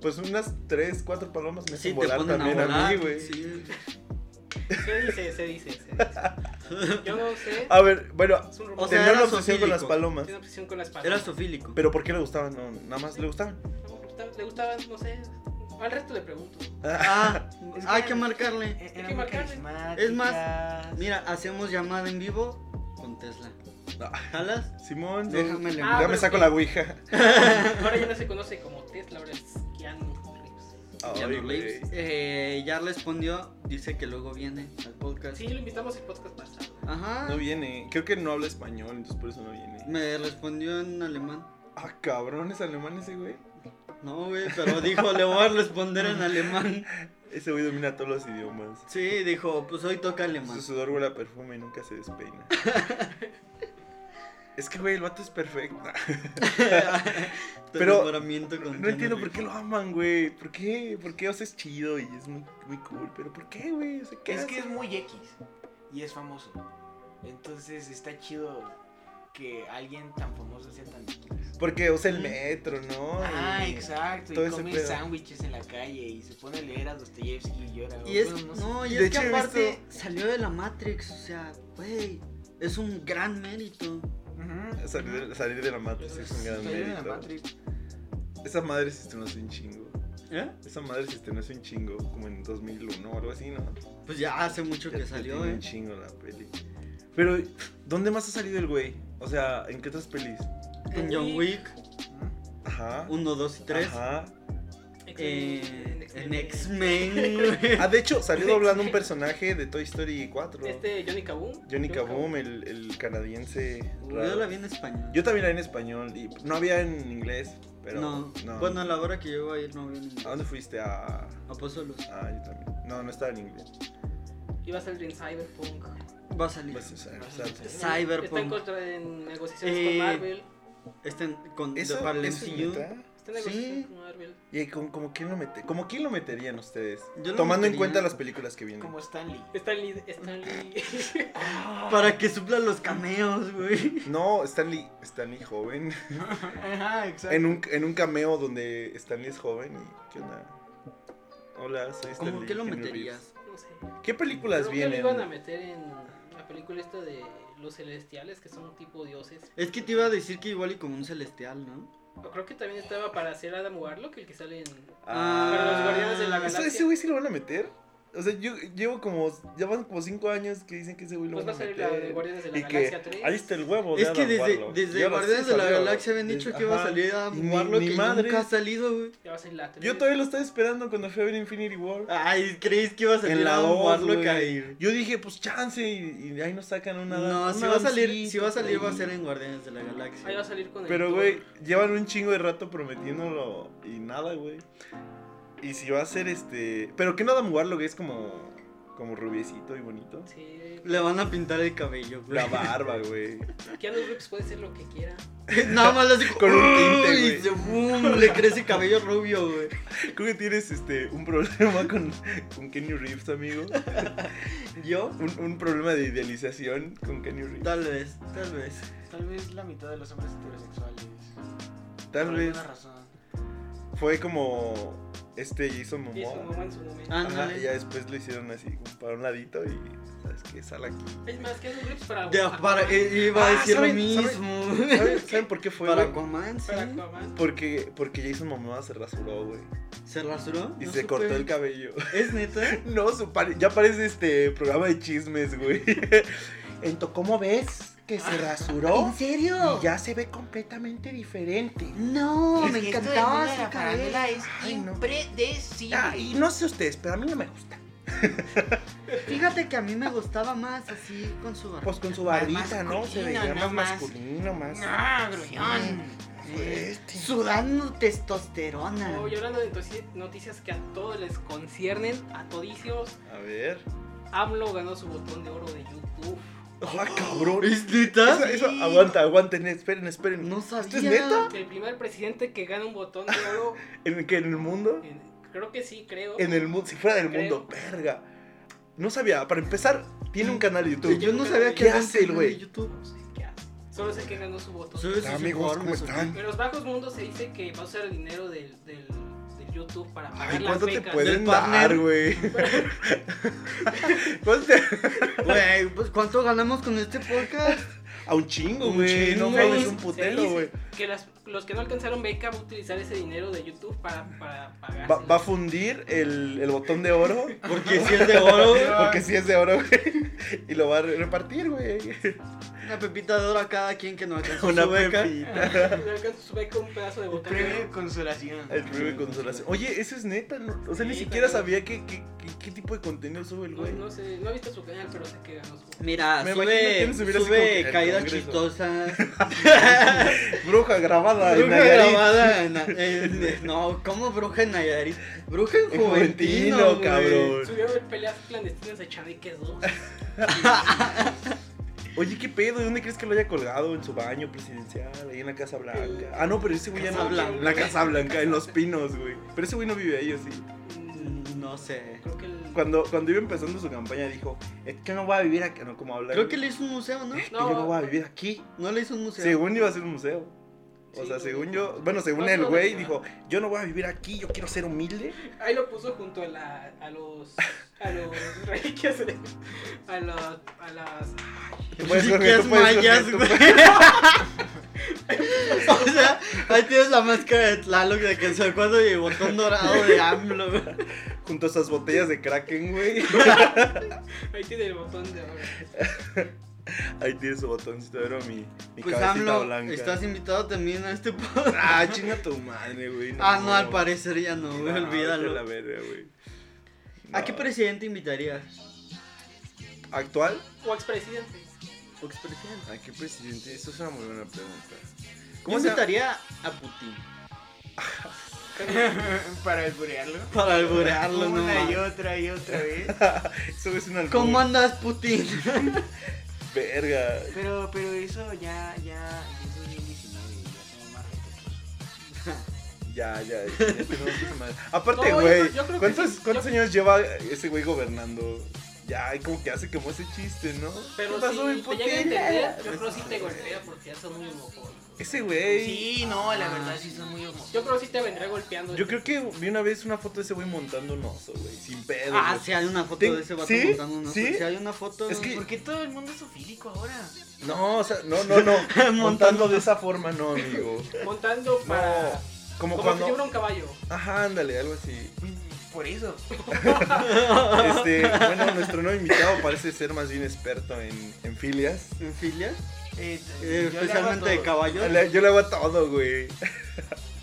Pues unas tres, cuatro palomas me hacen
Sí, te
volar
ponen
también
a
a,
volar.
mí, güey.
sí.
Se dice, se dice, se dice. Yo no sé.
A ver, bueno,
Es un
O
rumor.
sea,
tenía
era
una obsesión con las
zoofílico.
palomas.
Tiene obsesión con las
Era
palomas.
sofílico.
Pero ¿por qué le gustaban? No, nada más le gustaban.
No, le gustaba- Le gustaban, no sé. Al resto le pregunto.
Ah,
Es que-
hay que marcarle.
Era eh, muy carismática.
Es más, Mira, hacemos llamada en vivo con Tesla.
Ah,
¿Jalas?
Simón, no,
Déjame
Ah,
ya
pero
me saco
que-
la ouija.
Ahora ya no se conoce como Tesla, ahora es Keanu Reeves.
Ay, güey.
Eh, ya respondió, dice que luego viene al podcast.
Sí, lo invitamos el podcast pasado.
Ajá.
No viene. Creo que no habla español, entonces por eso no viene.
Me respondió en alemán.
Ah, cabrón, es alemán ese güey.
No, güey, pero dijo, le voy a responder en alemán.
Ese güey domina todos los idiomas.
Sí, dijo, pues hoy toca alemán.
Su sudor huele a perfume y nunca se despeina. es que, güey, el vato es perfecto. Pero-
Enamoramiento con
No entiendo
Keanu
por qué
Reeves.
lo aman, güey. ¿Por qué? ¿Por qué? O sea, es chido y es muy, muy cool. Pero ¿por qué, güey? O sea, ¿qué
Es
hace?
que es muy X y es famoso. Entonces está chido que alguien tan famoso sea tan X.
Porque usa el metro, ¿no?
Ah,
Y-
exacto.
todo
Y
ese
come
pedo.
sándwiches en la calle y se pone a leer a Dostoyevsky y llora.
Y es,
Bueno, sé.
no, y
De
es que
hecho, he
aparte
visto-
salió de la Matrix, o sea, güey, es un gran mérito.
Ujú.
Salir de, salir de la Matrix es un gran
Estoy en la
mérito.
Matrix.
Esa madre se estrenó hace un chingo.
¿Eh?
Esa madre se estrenó hace un chingo, como en 2001 o algo así, ¿no?
Pues ya hace mucho
Ya-
que
ya
salió,
tiene
eh.
un chingo la peli. Pero, ¿dónde más ha salido el güey? O sea, ¿en qué otras pelis?
En John Wick,
Ujú.
Ajá.
1, 2 y 3.
Ajá.
Eh, en
X-Men.
X-Men, güey.
Ah, de hecho, salió doblando un personaje de Toy Story 4.
Este Johnny Kaboom.
Johnny Kaboom, el, el canadiense.
Yo
raro.
la vi en español.
Yo también la vi en español y no había en inglés, pero.
no. bueno, a la hora que yo iba a ir no había
¿A
ningún.
dónde fuiste? A.
Apóstolos.
Ah, yo también. No, no estaba en inglés.
Iba a salir en Cyberpunk.
Va a salir.
Vas a usar- usar-
Cyberpunk.
Está en contra en negociaciones
Eh,
con Marvel.
Estén con
¿Eso,
para el
eso
MCU.
neta?
Está en negociaciones
sí.
con Marvel.
¿Y ahí como, como quién lo mete? ¿Como quién lo meterían ustedes?
Yo lo
Tomando en
metería-
cuenta las películas que vienen.
Como Stanley.
Stanley. Stanley.
Para que suplan los cameos, güey.
No, Stanley, Stanley joven.
Ajá, exacto.
En un, en un cameo donde Stanley es joven y ¿qué onda? Hola, soy Stanley.
¿Cómo que lo
Keanu
meterías?
no sé.
Reeves. ¿Qué películas
Creo que lo
vienen?
iban a meter en la película esta de los celestiales, que son tipo dioses.
Es que te iba a decir que igual y como un celestial, ¿no?
O Creo que también estaba para hacer Adam Warlock, el que sale en.
Ah,
Para los guardianes de la
¿eso-
galaxia.
¿Ese güey sí lo van a meter? O sea, yo llevo como. Ya van como 5 años que dicen que ese güey lo
Pues va a
van a
salir
meter.
la de Guardianes de la
y
Galaxia
que
3.
ahí está el huevo. de
Es que
Adam
desde,
Warlock.
desde
Ya ahora sí
Guardianes de la
salió.
Galaxia habían dicho
Desde-
que iba a
ajá.
salir a
Y ni-
Warlock
ni
y
madres.
nunca ha salido, güey.
Ya va a salir la 3.
Yo todavía lo estaba esperando cuando fui a ver Infinity War.
Ay, ¿crees que iba a salir
En la
a
dos,
Warlock
güey.
ahí?
Yo dije, pues chance, y, y ahí nos sacan una.
No,
una
si va a salir,
dancita,
si va a salir va a
güey.
ser en Guardianes de la
Ahí va a
Galaxia.
salir con el.
Pero,
Thor.
güey, llevan un chingo de rato prometiéndolo y nada, güey. Y si va a ser este. Pero que no Adam Warlock es como. Como rubiecito y bonito.
Sí.
Le van a pintar el cabello, güey.
La barba, güey.
Keanu Reeves puede ser lo que quiera.
Nada más le hace
Con un tinte,
"Uy",
güey.
Y se fuma, le crece cabello rubio, güey.
Creo que tienes este, un problema con, con Kenny Reeves, amigo.
Yo,
Un, un problema de idealización con Kenny Reeves.
tal vez, tal vez.
Tal vez la mitad de los hombres heterosexuales.
Tal
por
vez
alguna razón.
fue como este Jason
Y eso,
Momoa.
mamá, en su momento.
Ajá,
Ándale.
y ya después lo hicieron así, como para un ladito y sabes que sale aquí.
Es más, que un rips para.
Ya, para, eh, iba a
Ah,
decir lo
¿saben-
mismo.
¿Saben, saben por qué fue?
Para
güey?
Aquaman, sí.
Para Aquaman.
Porque, porque Jason Momoa se rasuró, güey.
¿Se rasuró?
Y
No
se
supe.
cortó el cabello.
¿Es neta?
No, su pare- ya parece este programa de chismes, güey.
Ento, ¿cómo ves que se rasuró?
Ah. serio?
¿Oh? Y ya se ve completamente diferente.
No,
Es
me
que
encantaba
esto del mundo de la
ese cabello.
farándula es
Ay, no.
impredecible. Ah, y no sé ustedes, pero a mí no me gusta.
Fíjate que a mí me gustaba más así con su barba.
Pues con su barbita,
Más
¿no? Se
masculino, no
veía más
más.
masculino, más.
¡Ah, gruñón!
fuerte.
Sudando testosterona.
Oh, y hablando de notici- noticias que a todos les conciernen, a todicios,
A ver.
AMLO ganó su botón de oro de YouTube.
¡Ah, cabrón!
¿Es neta?
Eso, eso,
Sí.
aguanta, aguanten, esperen, esperen.
No sabía.
¿Esto es neta?
El primer presidente que gana un botón de oro,
¿En, que, ¿En el mundo?
en- creo que sí, creo.
En el mundo, si fuera del
Creo.
mundo, verga. No sabía, para empezar, tiene un canal de
Sí,
YouTube.
Yo no sabía
¿Qué
que
hace el
canal
güey?
de YouTube.
No sé qué hace. Solo sé que ganó su botón.
Sube sus
Hola, amigos,
informes,
¿cómo
¿o qué?
están?
En los bajos mundos se dice que va a usar el dinero del, del, del YouTube para pagar
Ay,
las
¿cuánto te
becas.
pueden
del partner.
dar, güey? ¿Cuánto te-
Güey, pues ¿cuánto ganamos con este podcast?
A un chingo,
Un
güey. No
chingo.
mames,
Se
un
dice-
putero,
se dice
güey.
Que las- los que no alcanzaron beca van a utilizar ese dinero de YouTube para, para pagar.
Va, va a fundir el, el botón de oro.
Porque si es de oro,
Porque si es de oro, güey. Y lo va a re- repartir, güey.
una pepita de oro a cada quien que no alcanzó
Una
su beca.
pepita.
su beca un pedazo de
El
botón de
premio
oro.
de consolación.
El premio de consolación. Oye, eso es neta. ¿no? O sea, ni
Sí,
siquiera
pero-
sabía qué, qué, qué- qué tipo de contenido sube el
No,
güey.
no sé, no he visto su canal, pero sé que ganó su botón.
Mira,
Me imagino que
sube,
él subiera así como
sube
que al
caídas
Congreso.
chistosas,
Bruja grabada en
bruja
Nayarit.
grabada en, en- en- No, ¿cómo bruja en Nayarit? Bruja en
En
Juventino,
Juventino,
güey.
cabrón.
Subió a ver peleas clandestinas de Chaneques 2.
Oye, ¿qué pedo? ¿De dónde crees que lo haya colgado? ¿En su baño presidencial? ¿Ahí en la Casa Blanca? Ah, no, pero ese güey ya no...
Casa Blanca.
En la Casa Blanca, en Los Pinos, güey. Pero ese güey no vive ahí, ¿o sí?
Mm,
No sé.
Creo que el...
Cuando, cuando iba empezando su campaña dijo, es que no voy a vivir aquí, no, como hablar.
Creo que le hizo un museo, ¿no?
"Es que yo no voy a vivir aquí.
No le hizo un museo.
Según iba a ser un museo. O
Sí,
sea,
lo
según
dijo.
yo, bueno, según
No,
el
no,
güey
no.
dijo, yo no voy a vivir aquí, yo quiero ser humilde.
Ahí lo puso junto a, la, a los. A los reliquias. de- A, los- a las.
Tú puedes
Sí,
coger,
que
tú
es
puedes coger,
mayas,
tú
güey. o sea, ahí tienes la máscara de Tlaloc de que se acuerdo y el botón dorado de AMLO, güey.
Junto a esas botellas de Kraken, güey.
Ahí tiene el botón de ahora.
Ahí tiene su botoncito de oro, mi, mi
Pues
cabecita
AMLO,
blanca.
estás invitado también a este podcast.
Ah, chinga tu madre, güey.
Ah, no, al
parecer
parecer ya no, güey, olvídalo.
La verga, güey.
¿A
No.
qué presidente invitarías?
¿Actual?
O expresidente.
¿O expresidente?
¿A qué presidente? Eso es una muy buena pregunta.
¿Cómo
¿Cómo se llama?
invitaría a Putin?
Para alburearlo.
Para alburearlo, no
Una y
mames.
otra y otra vez.
Eso es un albur.
¿Cómo andas, Putin?
Verga.
Pero, pero eso ya, ya, es 2019, ya somos más respetuosos.
Ya, ya. ya tenemos que tomar- Aparte,
No, yo
güey.
creo- yo creo que
¿Cuántos,
sí,
cuántos
yo-
años lleva ese güey gobernando? Ya, y como que hace como ese chiste, ¿no?
Pero
¿Qué pasó, mi
si te llega a entender, yo
Putin?
creo que sí te golpea porque ya son muy homofóbicos.
Ese güey.
Sí, no, la verdad sí son muy homofóbicos.
Yo creo que sí te vendrá golpeando.
Yo creo que vi una vez una foto de ese güey montando un oso, güey. Sin pedo.
Ah,
güey.
sí hay una foto
Ten-
de ese vato
¿Sí?
montando un oso.
¿Sí?
hay una foto.
Es que-
¿Por qué todo el mundo es ofílico ahora?
No, o sea, no, no, no. montando de esa forma, no, amigo.
Montando
No.
para.
Como,
Como,
cuando.
si fuera un caballo.
Ajá, ándale, algo así.
Mm, Por eso.
Este, bueno, nuestro nuevo invitado parece ser más bien experto en, en filias.
¿En filia?
Eh,
Eh,
yo le hago a
especialmente de
todo.
caballo.
Yo le, yo le hago a todo, güey.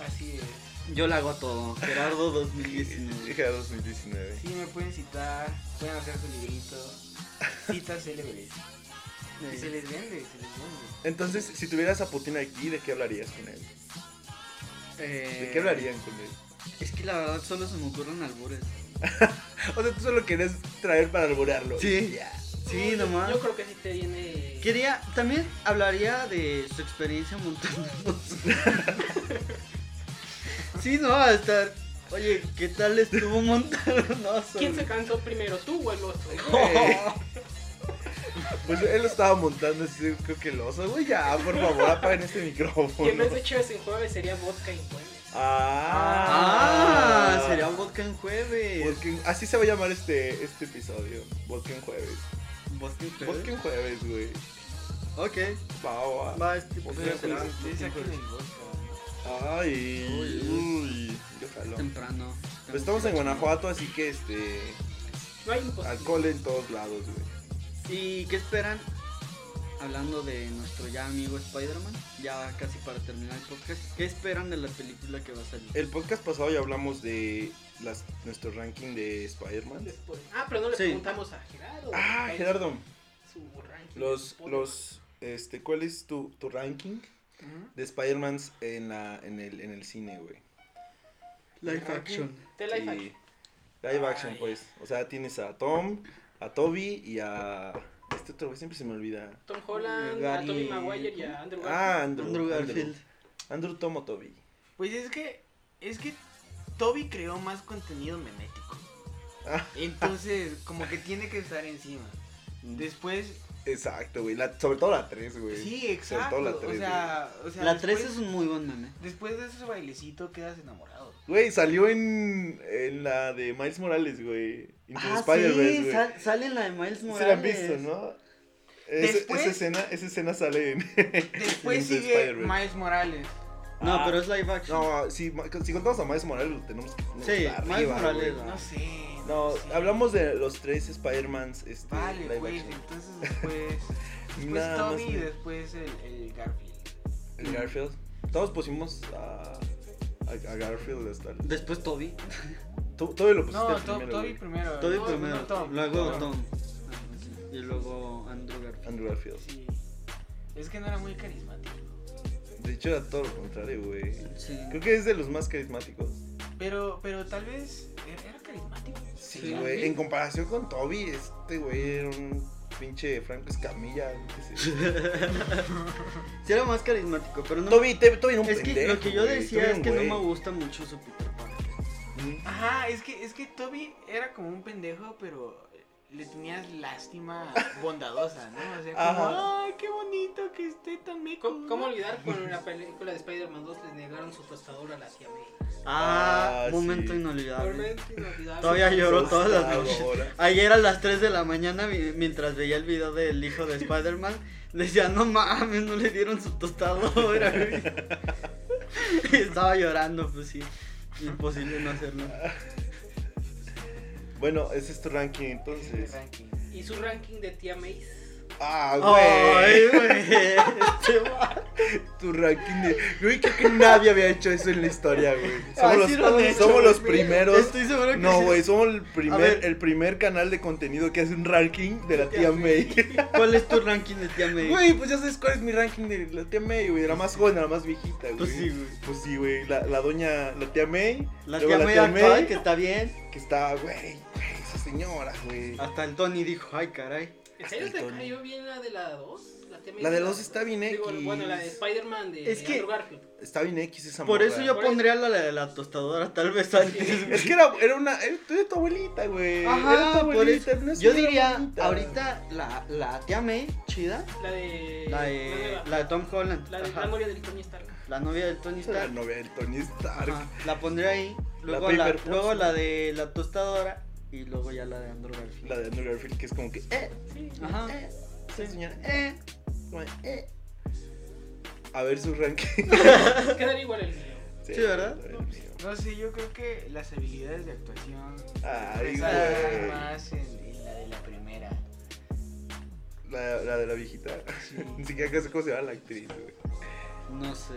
Así es.
Yo le hago todo. Gerardo
Dije 2019.
Sí, me pueden citar, pueden hacer su librito. Citas célebres. Y se les vende, se les vende.
Entonces, si tuvieras a Putin aquí, ¿de qué hablarías con él? ¿De qué hablarían con él?
Eh, Es que la verdad solo se me ocurren albures.
O sea, tú solo querías traer para alborearlo.
Sí.
Ya.
Sí,
No, yo-
nomás.
Yo creo que sí te viene.
Quería, también hablaría de su experiencia montando un oso. Sí, no, va a estar. Oye, ¿qué tal estuvo montado un oso?
¿Quién se cansó primero, tú o el oso?
Pues él lo estaba montando así, creo que el oso. Güey, ya, por favor, apaguen este micrófono.
Quien no es de Chivas en jueves sería vodka en jueves.
Ah,
Ah, sería un vodka en jueves.
Volken- así se va a llamar este, este episodio. Volken Jueves.
¿Vodka en jueves?
Volken Jueves, güey.
Ok,
Va, va.
va, este
Vodka
episodio
en
será
jueves.
Ustedes saquen el vodka.
Ay,
Uy,
uy. Yo jalo.
temprano.
Pues estamos en Guanajuato, así que este.
No hay
Pues
imposible.
Alcohol en todos lados, güey.
¿Y qué esperan? Hablando de nuestro ya amigo Spider-Man, ya casi para terminar el podcast, ¿qué esperan de la película que va a salir?
El podcast pasado ya hablamos de las, nuestro ranking de Spider-Man.
Después- Ah, pero no le
Sí.
preguntamos a Gerardo.
Ah,
Él-
Gerardo.
Su ranking.
Los, los, este, ¿cuál es tu, tu ranking
Ujú.
de Spider-Man en, la, en, el, en el cine, güey?
Life action.
De live
Y-
action.
live action,
Ay.
pues. O sea, tienes a Tom, a Toby y a... Este otro güey siempre se me olvida.
Tom Holland,
Gary-
a Tobey Maguire y a Andrew
Ah, Andrew.
Andrew Garfield.
Andrew, Tom o Toby.
Pues es que, es que Toby creó más contenido memético.
Ah.
Entonces, como que tiene que estar encima.
Mm.
Después,
Exacto, güey. La- sobre todo la 3, güey.
sí,
Pues, sobre
exacto.
todo la
o
tres,
sea, o sea,
La 3
después-
es un muy buen meme.
Después de ese bailecito quedas enamorado.
Güey, salió en, en la de Miles Morales, güey. Into the
Ah,
Spider-Verse,
sí,
Pues güey.
sal- sale en la de Miles
Sí la han
Morales.
visto, ¿no? Es-
Después-
esa, escena, esa escena sale en...
Después
Into the
sigue
Spider-Verse.
Miles Morales.
No,
Ah.
pero es live action.
No, si, ma- si contamos a Miles Morales, lo tenemos que poner
Sí,
hasta
Miles
arriba,
Morales,
güey.
No sé.
No,
sé.
hablamos de los tres Spider-Mans este,
Vale,
live
pues,
action.
entonces después. Después
Nada más
Toby y
me-
después el, el Garfield.
El Garfield. Todos pusimos a, a, a Garfield hasta el...
Después Toby.
Tú, todavía lo pusiste
No,
Pues primero,
To- Toby
güey.
primero.
Toby
Ah, no,
primero.
no, Tom,
luego
Tom.
Tom. Ah, Y luego Andrew Garfield.
Andrew Garfield.
Sí. Es que no era muy carismático.
De hecho, era todo lo contrario, güey.
Sí.
Creo que es de los más carismáticos.
Pero, pero tal vez er-, era- era carismático.
Sí,
Sí.
güey. En comparación con Toby, este güey era un pinche Franco Escamilla. qué sé yo.
Sí era más carismático, pero no.
Toby, te- Toby era un
es que
pendejo,
lo que yo
güey. Toby
decía
era
es
un
que no me
güey. Mm.
gusta mucho su Peter Parker.
Ujú.
Ajá, es que, es que Toby era como un pendejo, pero le tenías lástima bondadosa, ¿no? O sea, como,
Ajá.
ay, qué bonito que esté tan meco.
¿Cómo, cómo olvidar cuando en la película de Spider-Man 2 les negaron su tostadora a la tía May?
Ah,
Ah,
momento
sí.
inolvidable.
Realmente inolvidable.
Todavía lloro
Hasta
todas las noches.
ahora.
Ayer a las 3 de la mañana, vi- mientras veía el video del hijo de Spider-Man, decía, no mames, no le dieron su tostadora. güey". Y Estaba llorando, pues sí. Imposible no hacerlo.
Bueno, ese es tu ranking
Ese es
entonces.
el ranking.
Y su ranking de tía May.
Ah,
Ay,
güey.
güey. Este va-
tu ranking de. Güey, creo que nadie había hecho eso en la historia, güey. Somos
Ay,
los,
sí lo han hecho,
somos
güey.
los primeros.
Estoy seguro que
No,
sí.
güey, somos el primer,
ver.
el primer canal de contenido que hace un ranking de la tía May.
¿Cuál es tu ranking de tía May?
Güey, pues ya sabes cuál es mi ranking de la tía May, güey. De la más joven a la más viejita, güey.
Pues sí, güey.
Pues sí, güey. La, la doña, la tía May.
La
luego
tía May actual, que está bien.
que está, güey, güey, esa señora, güey.
Hasta el Tony dijo, ay, caray.
¿En serio te
Antonio.
cayó bien la de la 2? La, tía May
La de
la
los está bien X.
Digo, bueno, la de Spider-Man de
Es que-
Andrew Garfield.
Está bien X esa
Por
morra.
eso yo
Por eso.
pondría la la de la tostadora, tal vez antes. güey.
Es que era, era una. Era tu, era tu abuelita, güey. era tu
Ajá, por
abuelita,
eso.
una
Yo
señora
diría,
bonita.
ahorita la, la tía May, chida.
La de.
La de,
nueva.
la de Tom Holland.
La de
ajá,
la novia de Tony Stark.
la novia del Tony
La
Stark.
novia del Tony Stark.
ajá, la pondría ahí. Luego, la,
Paper Pots,
luego
¿no?
la de la tostadora. Y luego ya la de Andrew Garfield.
La de Andrew Garfield, que es como que. Eh,
Sí.
Ajá.
eh, sí, señora. eh,
Eh,
como, eh. A ver su ranking.
Quedaría igual el mío.
Sí, ¿verdad?
No sé, yo creo que las habilidades de actuación
Ay,
resaltan
güey.
más en, en la de la primera.
La, la de la viejita. Ni siquiera sé cómo se llama la actriz, güey.
no sé.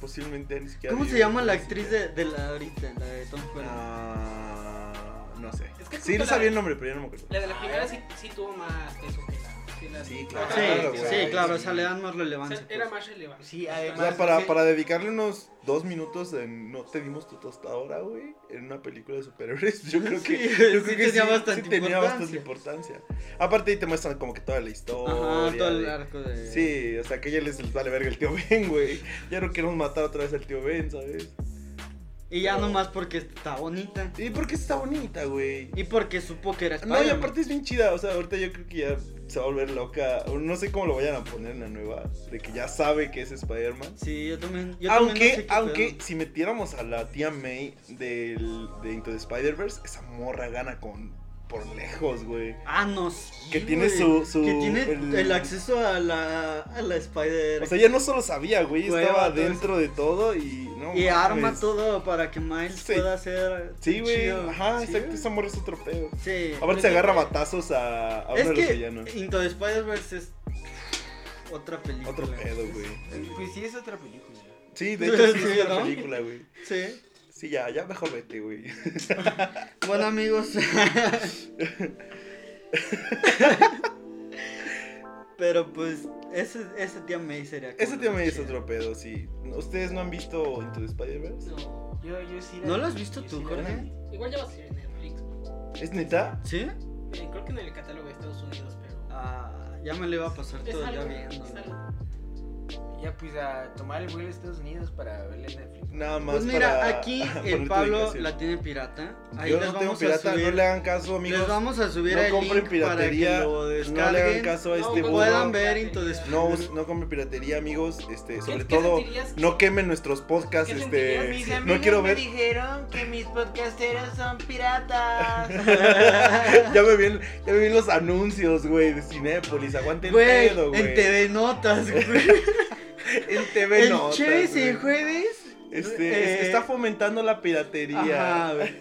Posiblemente ni siquiera.
¿Cómo
vive,
se llama
ni
la
siquiera.
actriz de, de la ahorita? La de Tom Holland.
Ah, no sé.
Es que
sí,
creo
no
que
sabía
la-
el nombre, pero ya no me acuerdo.
La de la primera sí, sí tuvo más peso que la. Que la
Ah, ¿eh? Sí,
la-
claro.
Sí,
claro,
sí,
güey,
claro,
sí.
o sea, le dan más
O sea,
relevancia.
era
pues.
más relevante.
Sí,
O
además-
sea, para,
sí.
para dedicarle unos dos minutos en No te dimos tu tostadora, güey, en una película de superhéroes, yo creo que,
Sí,
yo creo
sí
que
tenía bastante
tenía bastante importancia.
importancia.
Aparte, ahí te muestran como que toda la historia.
Ajá, todo el
de-
arco de.
Sí, o sea, que ya les vale verga el tío Ben, güey. Ya no queremos matar otra vez al tío Ben, ¿sabes?
Y ya
Pero-
nomás porque está bonita.
¿Y por qué está bonita, güey?
Y porque supo que era
No, y
Spider-Man.
aparte es bien chida. O sea, ahorita yo creo que ya se va a volver loca. o No sé cómo lo vayan a poner en la nueva. De que ya sabe que es Spider-Man.
Sí, yo también. Yo
aunque,
también no sé qué
aunque
pedo.
si metiéramos a la tía May del, de Into the Spider-Verse, esa morra gana con por lejos, güey.
Ah, no. sí,
Que tiene
güey.
su- su-
Que tiene
el-
el, acceso a la, a la Spider.
O sea, ya no solo sabía, güey,
Hueva,
estaba
todo eso.
dentro de todo y no
y
mames.
arma todo para que Miles
Sí.
pueda hacer.
Sí, güey.
chido.
Ajá,
Sí,
exacto,
güey.
esa morra es otro pedo.
Sí.
Aparte se agarra batazos a, a uno
Es
de los
que
villanos.
Into the Spider-Verse es otra película.
Otro pedo, güey.
Pues sí, es otra película.
Sí, de hecho sí,
Sí,
es una
¿no?
película, güey.
Sí.
Sí, ya, ya mejor vete, güey.
Bueno, amigos. Pero pues, ese, ese tía May sería. como
Ese
la
tío May es
chida.
otro pedo, sí. ¿Ustedes no han visto Into the Spider-Verse?
No.
Yo, yo sí
¿No
vi,
lo has visto
yo
tú,
sí la
Jorge?
vi.
Igual ya va a ser en Netflix.
¿Es neta?
¿Sí?
Eh, creo que en el catálogo de Estados Unidos, pero.
Ah, ya me lo iba a pasar
Es
todo ya
algo,
viendo.
es algo.
Ya pues a tomar el vuelo a Estados Unidos para verle Netflix.
Nada más.
Pues mira,
para-
aquí
ponerte
el Pablo
ubicación.
la tiene pirata. Ahí
Yo
les
no tengo
vamos a
pirata,
subir.
no le hagan caso, amigos.
les vamos a subir
no
el
compren
link para que
piratería,
lo
No le hagan
descarguen.
caso a
No,
este
pues,
burro.
puedan ver Into the Spider-
No, us- no compren piratería, amigos. Este, sobre
¿Qué
todo,
sentirías que-
no quemen nuestros podcasts.
¿Qué
Este,
sentirías? Mis
no quiero ver.
dijeron que mis podcasteros son piratas.
ya me vi, el- ya me vi los anuncios, güey, de Cinépolis. Aguanten
Güey,
pedo, güey.
en TV Notas, güey.
En TV
el
Notas,
jueves y
güey.
el jueves.
Este,
eh,
es- está fomentando la piratería.
Ajá, güey.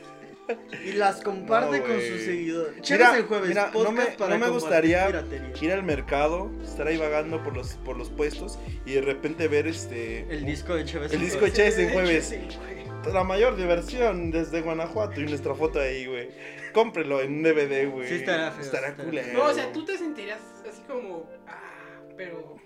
Y las comparte
No,
con
güey.
sus seguidores.
Mira,
Chelas el jueves,
mira, no
podcast
me-
para
no me
combatir
gustaría-
pues, piratería.
Ir al mercado, estar ahí vagando por los, por los puestos y de repente ver este.
El disco de Chévez.
El
en
disco de
jueves.
Chévez en jueves. La mayor diversión desde Guanajuato y nuestra foto ahí, güey. Cómprelo en un DVD, güey.
Sí estará feo,
Estará
estará-
culero.
No, o sea, tú te sentirías así como. Ah, pero.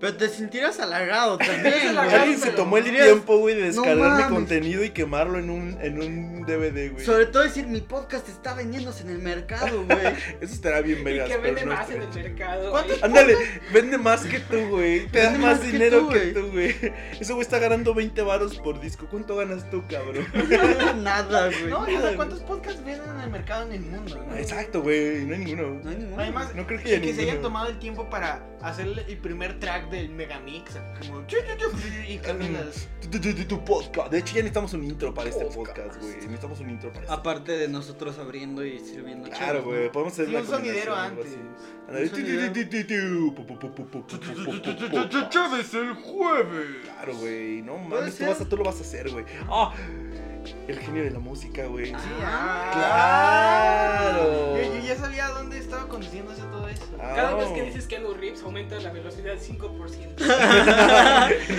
Pero te sentirás halagado
Es
también,
halagado,
Alguien
güey.
se
pero-
tomó el
dirías,
tiempo, güey, de
"No
descargar mi
mames".
contenido y quemarlo en un, en un DVD, güey.
Sobre todo decir, mi podcast está vendiéndose en el mercado, güey.
Eso estará bien
Y
vergas,
que vende
pero no
más en el
estará chido.
mercado.
¿Cuánto-
güey.
Ándale, vende más que tú, güey. Te da
Vende
más
más que
dinero
tú,
que
güey.
tú, güey. Ese güey está ganando 20 varos por disco. ¿Cuánto ganas tú, cabrón?
Nada, güey.
No, o sea, ¿cuántos podcasts venden en el mercado en el mundo? no?
Exacto, güey. No hay ninguno.
No hay ninguno.
Además,
No creo que
y
haya
que se
ninguno.
hayan tomado el tiempo para hacer el primer track del Megamix. Como chu, chu, chu, chu, y cambian las.
Tu, tu- tu- tu- tu podcast. De hecho, ya necesitamos un intro para este podcast, güey. Necesitamos un intro para este
Aparte de nosotros abriendo y sirviendo
Claro,
chelas,
güey.
Ah, ¿no?
Podemos hacer
Y
la
un sonidero
combinación, algo
antes.
así. Ándale, tu- tu- tu- tu- tu- pu- pu- pu- pu- pu- pu- pu- pu- pu- pu- pu-
Chávez el jueves.
Claro, güey. No
¿Puede
mames, tú,
ser?
vas a, tú lo vas a hacer, güey. Ah, el genio de la música, güey.
Ah.
Claro.
Yo, yo ya sabía dónde estaba conduciéndose todo eso.
Ah.
Cada
Oh.
vez que dices que Keanu Reeves aumenta la velocidad 5%.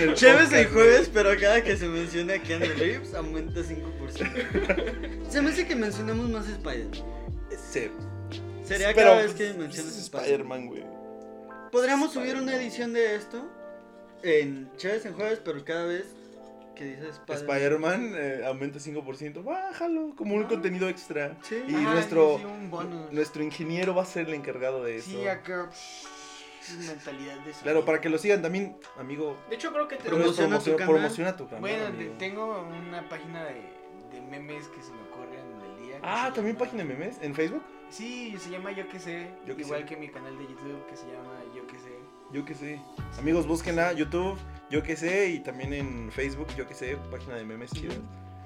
En el
Chéves el
podcast,
jueves, pero cada que se menciona a Keanu Reeves aumenta 5%. se me hace que mencionamos más Spider.
güey. Sí.
Sería
Pero,
cada vez que
pues,
mencionas
es
Spider.
Spider-Man, güey.
Podríamos subir una edición de esto en Chéves en jueves, pero cada vez que dices Spider.
Spider-Man eh, aumenta 5%. Bájalo, como un
Ah.
contenido extra.
Sí.
Y
Ah,
nuestro,
sí, un bonus.
nuestro ingeniero va a ser el encargado de eso.
Sí, acá. pff, Mentalidad de
Claro,
sonido.
para que lo sigan también, amigo.
De hecho, creo que te
Promo- Promociona tu canal.
promociona tu canal.
Bueno, te-
amigo. Ah,
tengo una página de, de memes que se me ocurren del día. que
Ah,
se
también
llama-
página de memes en Facebook.
Sí, se llama Yo que sé.
Yo que
igual
sé.
que mi canal de YouTube que se llama Yo que sé.
Yo que sé. Amigos, búsquenla, YouTube, yo que sé, y también en Facebook, yo que sé, página de memes chida.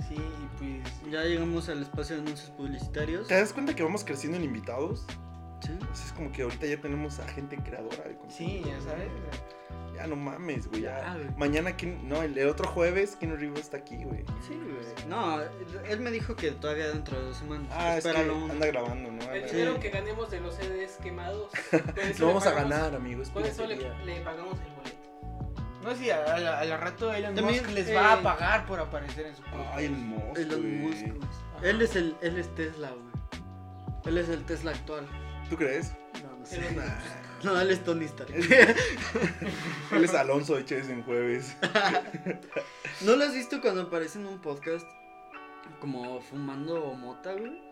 Sí, y pues.
Ya llegamos al espacio de anuncios publicitarios.
¿Te das cuenta que vamos creciendo en invitados?
Sí.
Así es como que ahorita ya tenemos a gente creadora de contenido.
Sí, ya sabes.
Ya no mames, güey. ya.
Ya, güey.
Mañana, ¿quién? No, el, el otro jueves, Keanu Reeves está aquí, güey.
Sí, güey. No, él me dijo que todavía dentro de dos semanas.
Ah, es que
Espéralo. un-
anda grabando, ¿no?
El
Anda-
dinero
Sí.
que ganemos de los CDs quemados.
Lo vamos a ganar, amigos.
Con eso le, le pagamos el boleto.
No, sí, a- a la- a la rato Elon
También,
Musk les
eh,
va a pagar por aparecer en su podcast.
Ay, el mosco.
Elon Musk.
güey.
güey. Él es el, él es Tesla, güey. Él es el Tesla actual.
¿Tú crees? Ah,
No, no sé.
Elon Musk.
No, él es Tony Stark.
Él es Alonso de Chávez en jueves.
¿No lo has visto cuando aparece en un podcast como fumando mota, güey?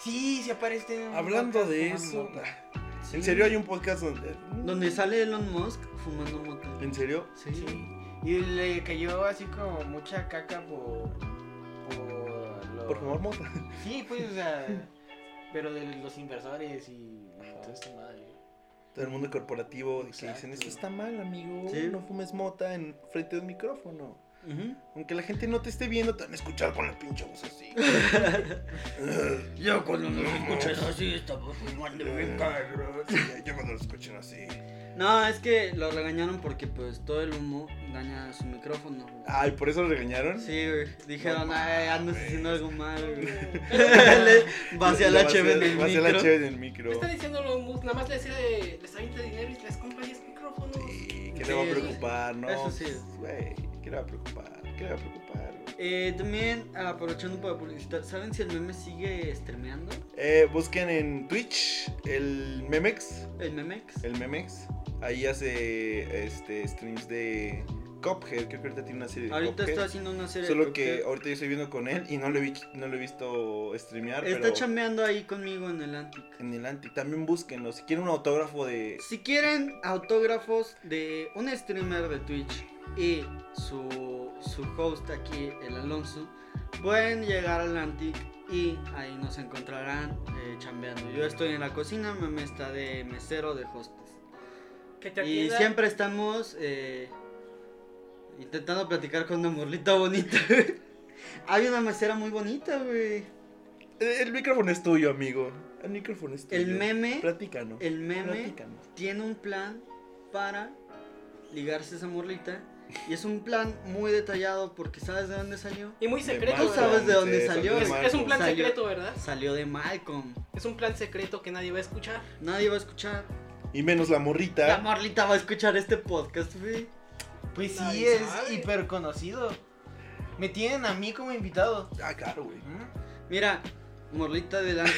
Sí, se aparece en un
Hablando
podcast
de eso. ah,
fumando.
¿En serio hay un podcast donde.? mm,
Donde sale Elon Musk fumando mota.
¿En serio?
Sí.
Sí. Y le cayó así como mucha caca por por lo-
Por favor, mota.
Sí, pues, o sea, pero de los inversores y toda esta madre.
Todo el mundo corporativo de que dicen,
Exacto.
esto está mal, amigo.
Sí.
No fumes mota en frente de un micrófono.
Ujú.
Aunque la gente no te esté viendo, te van a escuchar con la pinche voz así.
Yo cuando nos escuchas así estamos fumando bien cabrón.
Sí, Yo cuando lo escuchen así.
No, es que lo regañaron porque pues todo el humo daña su micrófono. güey.
Ay, ¿por eso lo regañaron?
Sí, güey. Dijeron,
No
ay, andas
mames.
haciendo algo mal, güey.
Le-
Le- Vacía la cheve en el
Vacía la
micro.
cheve en el micro.
Me está diciendo los mus, nada más les, eh, les avienta dinero y les compra 10 micrófonos.
Sí, ¿qué
Sí,
le va a
eso-
preocupar? No,
eso sí.
pues, güey, ¿qué le va a preocupar? ¿Qué le va a preocupar? güey?
Eh, también, aprovechando para publicitar, ¿saben si el meme sigue estremeando?
Eh, busquen en Twitch el Memex.
¿El memex?
El Memex. Ahí hace este, streams de Cophead. Creo que ahorita tiene una serie de
Ahorita
Cuphead.
está haciendo una serie de
Solo que
cupcakes.
ahorita yo estoy viendo con él y no lo he, vi- no lo he visto streamear.
Está
pero
chambeando ahí conmigo en el Antic.
en el anti. También búsquenlo. Si quieren un autógrafo de.
Si quieren autógrafos de un streamer de Twitch y su, su host aquí, el Alonso, pueden llegar al Antic y ahí nos encontrarán eh, chambeando. Yo estoy en la cocina, me está de mesero de hostes.
Que te
Y
atienda.
siempre estamos eh, intentando platicar con una morlita bonita. Hay una mesera muy bonita, güey.
El, eh, el micrófono es tuyo, amigo. El micrófono es tuyo.
El meme,
Platícanos.
el meme
Platícanos.
tiene un plan para ligarse a esa morlita. Y es un plan muy detallado porque sabes de dónde salió.
Y muy secreto.
Malcolm,
Tú sabes de dónde
sí,
salió.
de
Es, es un
Malcolm.
plan
Salió.
secreto, ¿verdad?
Salió de Malcolm.
Es un plan secreto que nadie va a escuchar.
Nadie va a escuchar.
Y menos la morrita.
La morlita va a escuchar este podcast, güey.
Pues sí,
Nadie
es
sabe.
hiper conocido. Me tienen a mí como invitado.
Ah, claro, güey.
Mira, morlita delante.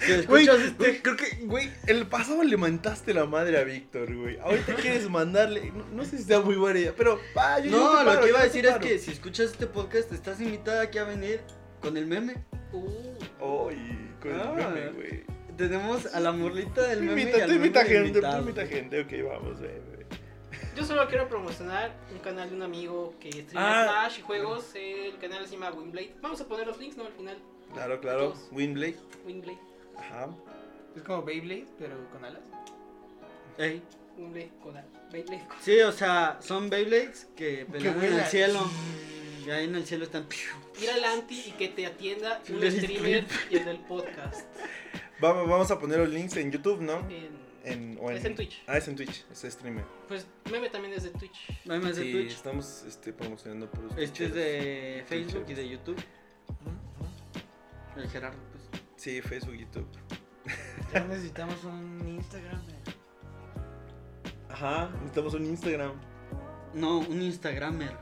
Si
Güey,
escuchas este-
güey, creo que, güey, el pasado le mandaste la madre a Víctor, güey. Ahorita quieres mandarle. No, no sé si sea muy buena idea, pero. ah, yo- yo
No,
te
lo
paro,
que
yo
iba a
te
decir es
paro.
que si escuchas este podcast, estás invitada aquí a venir con el meme.
Uh,
Ay, con
Ah.
el meme, güey.
Tenemos a la morlita del
Tú
meme. y
invita,
al
tú invita
meme
gente, tú
invitado.
invita gente. Ok, vamos, güey. güey.
yo solo quiero promocionar un canal de un amigo que streama
Ah.
Smash y juegos. El canal se llama Winblade. Vamos a poner los links, ¿no? Al final.
Claro, claro.
Todos.
Winblade.
Winblade.
Ajá.
Es como Beyblade, pero con alas.
Ey.
Winblade con A. Beyblade con-
Sí, o sea, son Beyblades que pelean en el
vuelan.
cielo. Y ahí en el cielo están.
Ir al anti y que te atienda un
Del
streamer y el del podcast.
Vamos, vamos a poner los links en YouTube, ¿no?
En-
En, o
Es en Twitch.
Ah, es en Twitch, es streamer.
Pues meme también es de Twitch.
Memes de
Sí,
Twitch.
estamos este, promocionando por los
Este es
Twitcheros.
de Facebook y
Twitcheros.
de YouTube. El Gerardo, pues.
Sí, Facebook, YouTube.
Ya necesitamos un Instagram. güey.
Ajá, necesitamos un Instagram.
No, un Instagramer.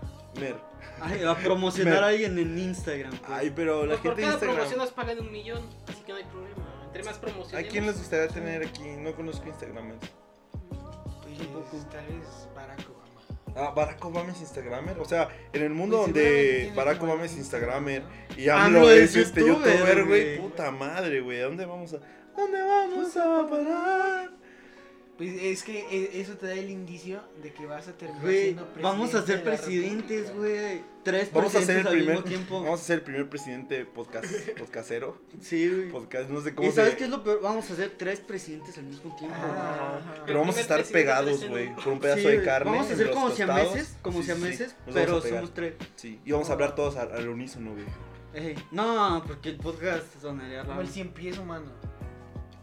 Mer.
Ay, a promocionar
Mer.
a alguien en Instagram. pues.
Ay, pero la
Pues por
gente de
cada
Instagram.
promoción nos pagan un millón, así que no hay problema. Entre más
¿A
promociones.
quién les gustaría tener aquí? No conozco Instagramers.
Pues tal vez Barack Obama.
Ah, Barack Obama es Instagramer. O sea, en el mundo
Pues, seguramente
donde
tiene
Barack
como
Obama es
algún
Instagramer
¿no?
y
AMLO
AMLO, es,
es
este
youtuber,
youtuber, güey.
güey.
Puta madre, güey. ¿A dónde vamos a.? ¿Dónde vamos a parar?
Pues es que e- eso te da el indicio de que vas a terminar
Güey,
siendo presidente.
vamos a ser
de la
presidentes,
República.
güey. Tres
Vamos a ser
presidentes
el
al
primer.
mismo tiempo.
Vamos a ser el primer presidente podcast, podcastero.
Sí, güey.
Podcast, no sé pues, cómo
¿Y
se-
sabes qué es lo peor? Vamos a hacer tres presidentes al mismo tiempo.
Ah,
Ajá.
El
Pero vamos
primer
a estar
presidente
pegados,
presente.
güey, con un
Sí,
pedazo de
güey.
carne.
Vamos a hacer
los
como si a
tostados.
meses, como
Sí,
si a
sí, sí.
meses,
Nos vamos a
pero
pegar.
somos Ah. tres.
Sí, y vamos a hablar todos al, al unísono, güey.
Ey, no, porque el podcast sonaría
Como
raro.
el cien pies humano.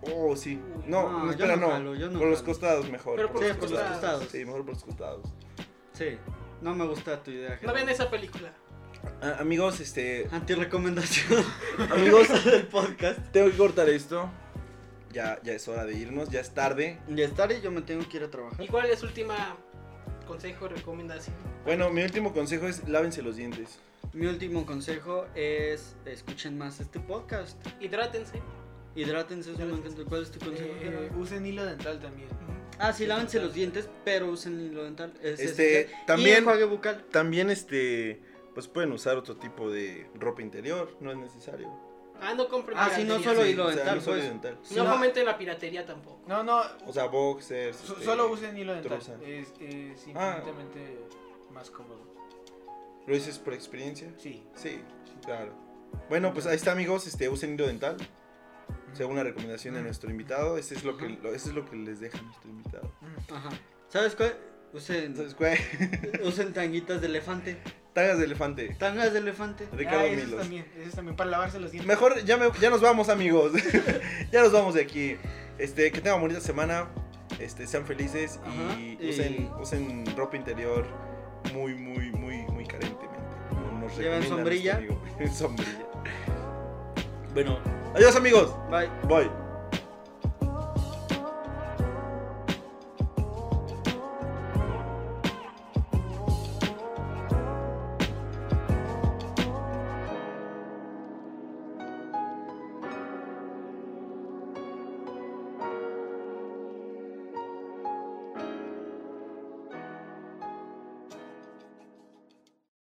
Oh, sí.
Uy,
No,
no,
no,
yo
espera,
no
no.
jalo, yo no
por los
jalo.
costados mejor.
Pero por
Sí, por los costados.
Sí, mejor por los costados.
Sí, no me gusta tu idea.
No
Gerardo.
vean esa película.
Ah, amigos, este.
Antirrecomendación.
Amigos,
del podcast.
tengo que cortar esto. Ya, ya es hora de irnos, ya es tarde.
Ya es tarde y yo me tengo que ir a trabajar.
¿Y cuál es su última consejo, recomendación?
Bueno, mi último consejo es lávense los dientes.
Mi último consejo es escuchen más este podcast.
Hidrátense.
Hidrátense, eso me encanta. ¿Cuál es tu consejo?
Eh,
Gerardo?
usen hilo dental también.
ah, sí, lávense los dientes, pero usen hilo dental. Es
Este,
esencial.
también-
Y enjuague bucal.
También, este. Pues pueden usar otro tipo de ropa interior, no es necesario.
Ah, no compren.
Ah, sí, no
piratería.
solo
Sí,
hilo
o sea,
dental,
no solo
pues.
dental.
Y No
No.
fomenten la piratería tampoco.
No, no,
O sea, boxers.
so-
este,
solo usen hilo dental.
trusa.
Es, es
Ah.
infinitamente más cómodo.
¿Lo dices por experiencia?
Sí.
Sí, claro. Bueno, pues ahí está, amigos. Este, usen hilo dental. Según la recomendación de
Mm.
nuestro invitado, ese es lo que,
Ajá.
lo- ese es lo que les deja nuestro invitado.
Ajá. ¿Sabes cuál? Usen,
Entonces, güey,
usen tanguitas de elefante.
tagas de elefante.
Tangas de elefante.
Ricardo
ah, eso
Milos.
también, eso también, para lavarse los dientes.
Mejor ya, me- ya nos vamos, amigos. ya nos vamos de aquí. Este, que tengan bonita semana. Este, sean felices y
Ajá, y-
usen, usen ropa interior muy, muy, muy, muy carentemente. como nos
Lleven
recomienda
sombrilla.
nuestro amigo. sombrilla. Bueno, adiós, amigos.
Bye.
Bye.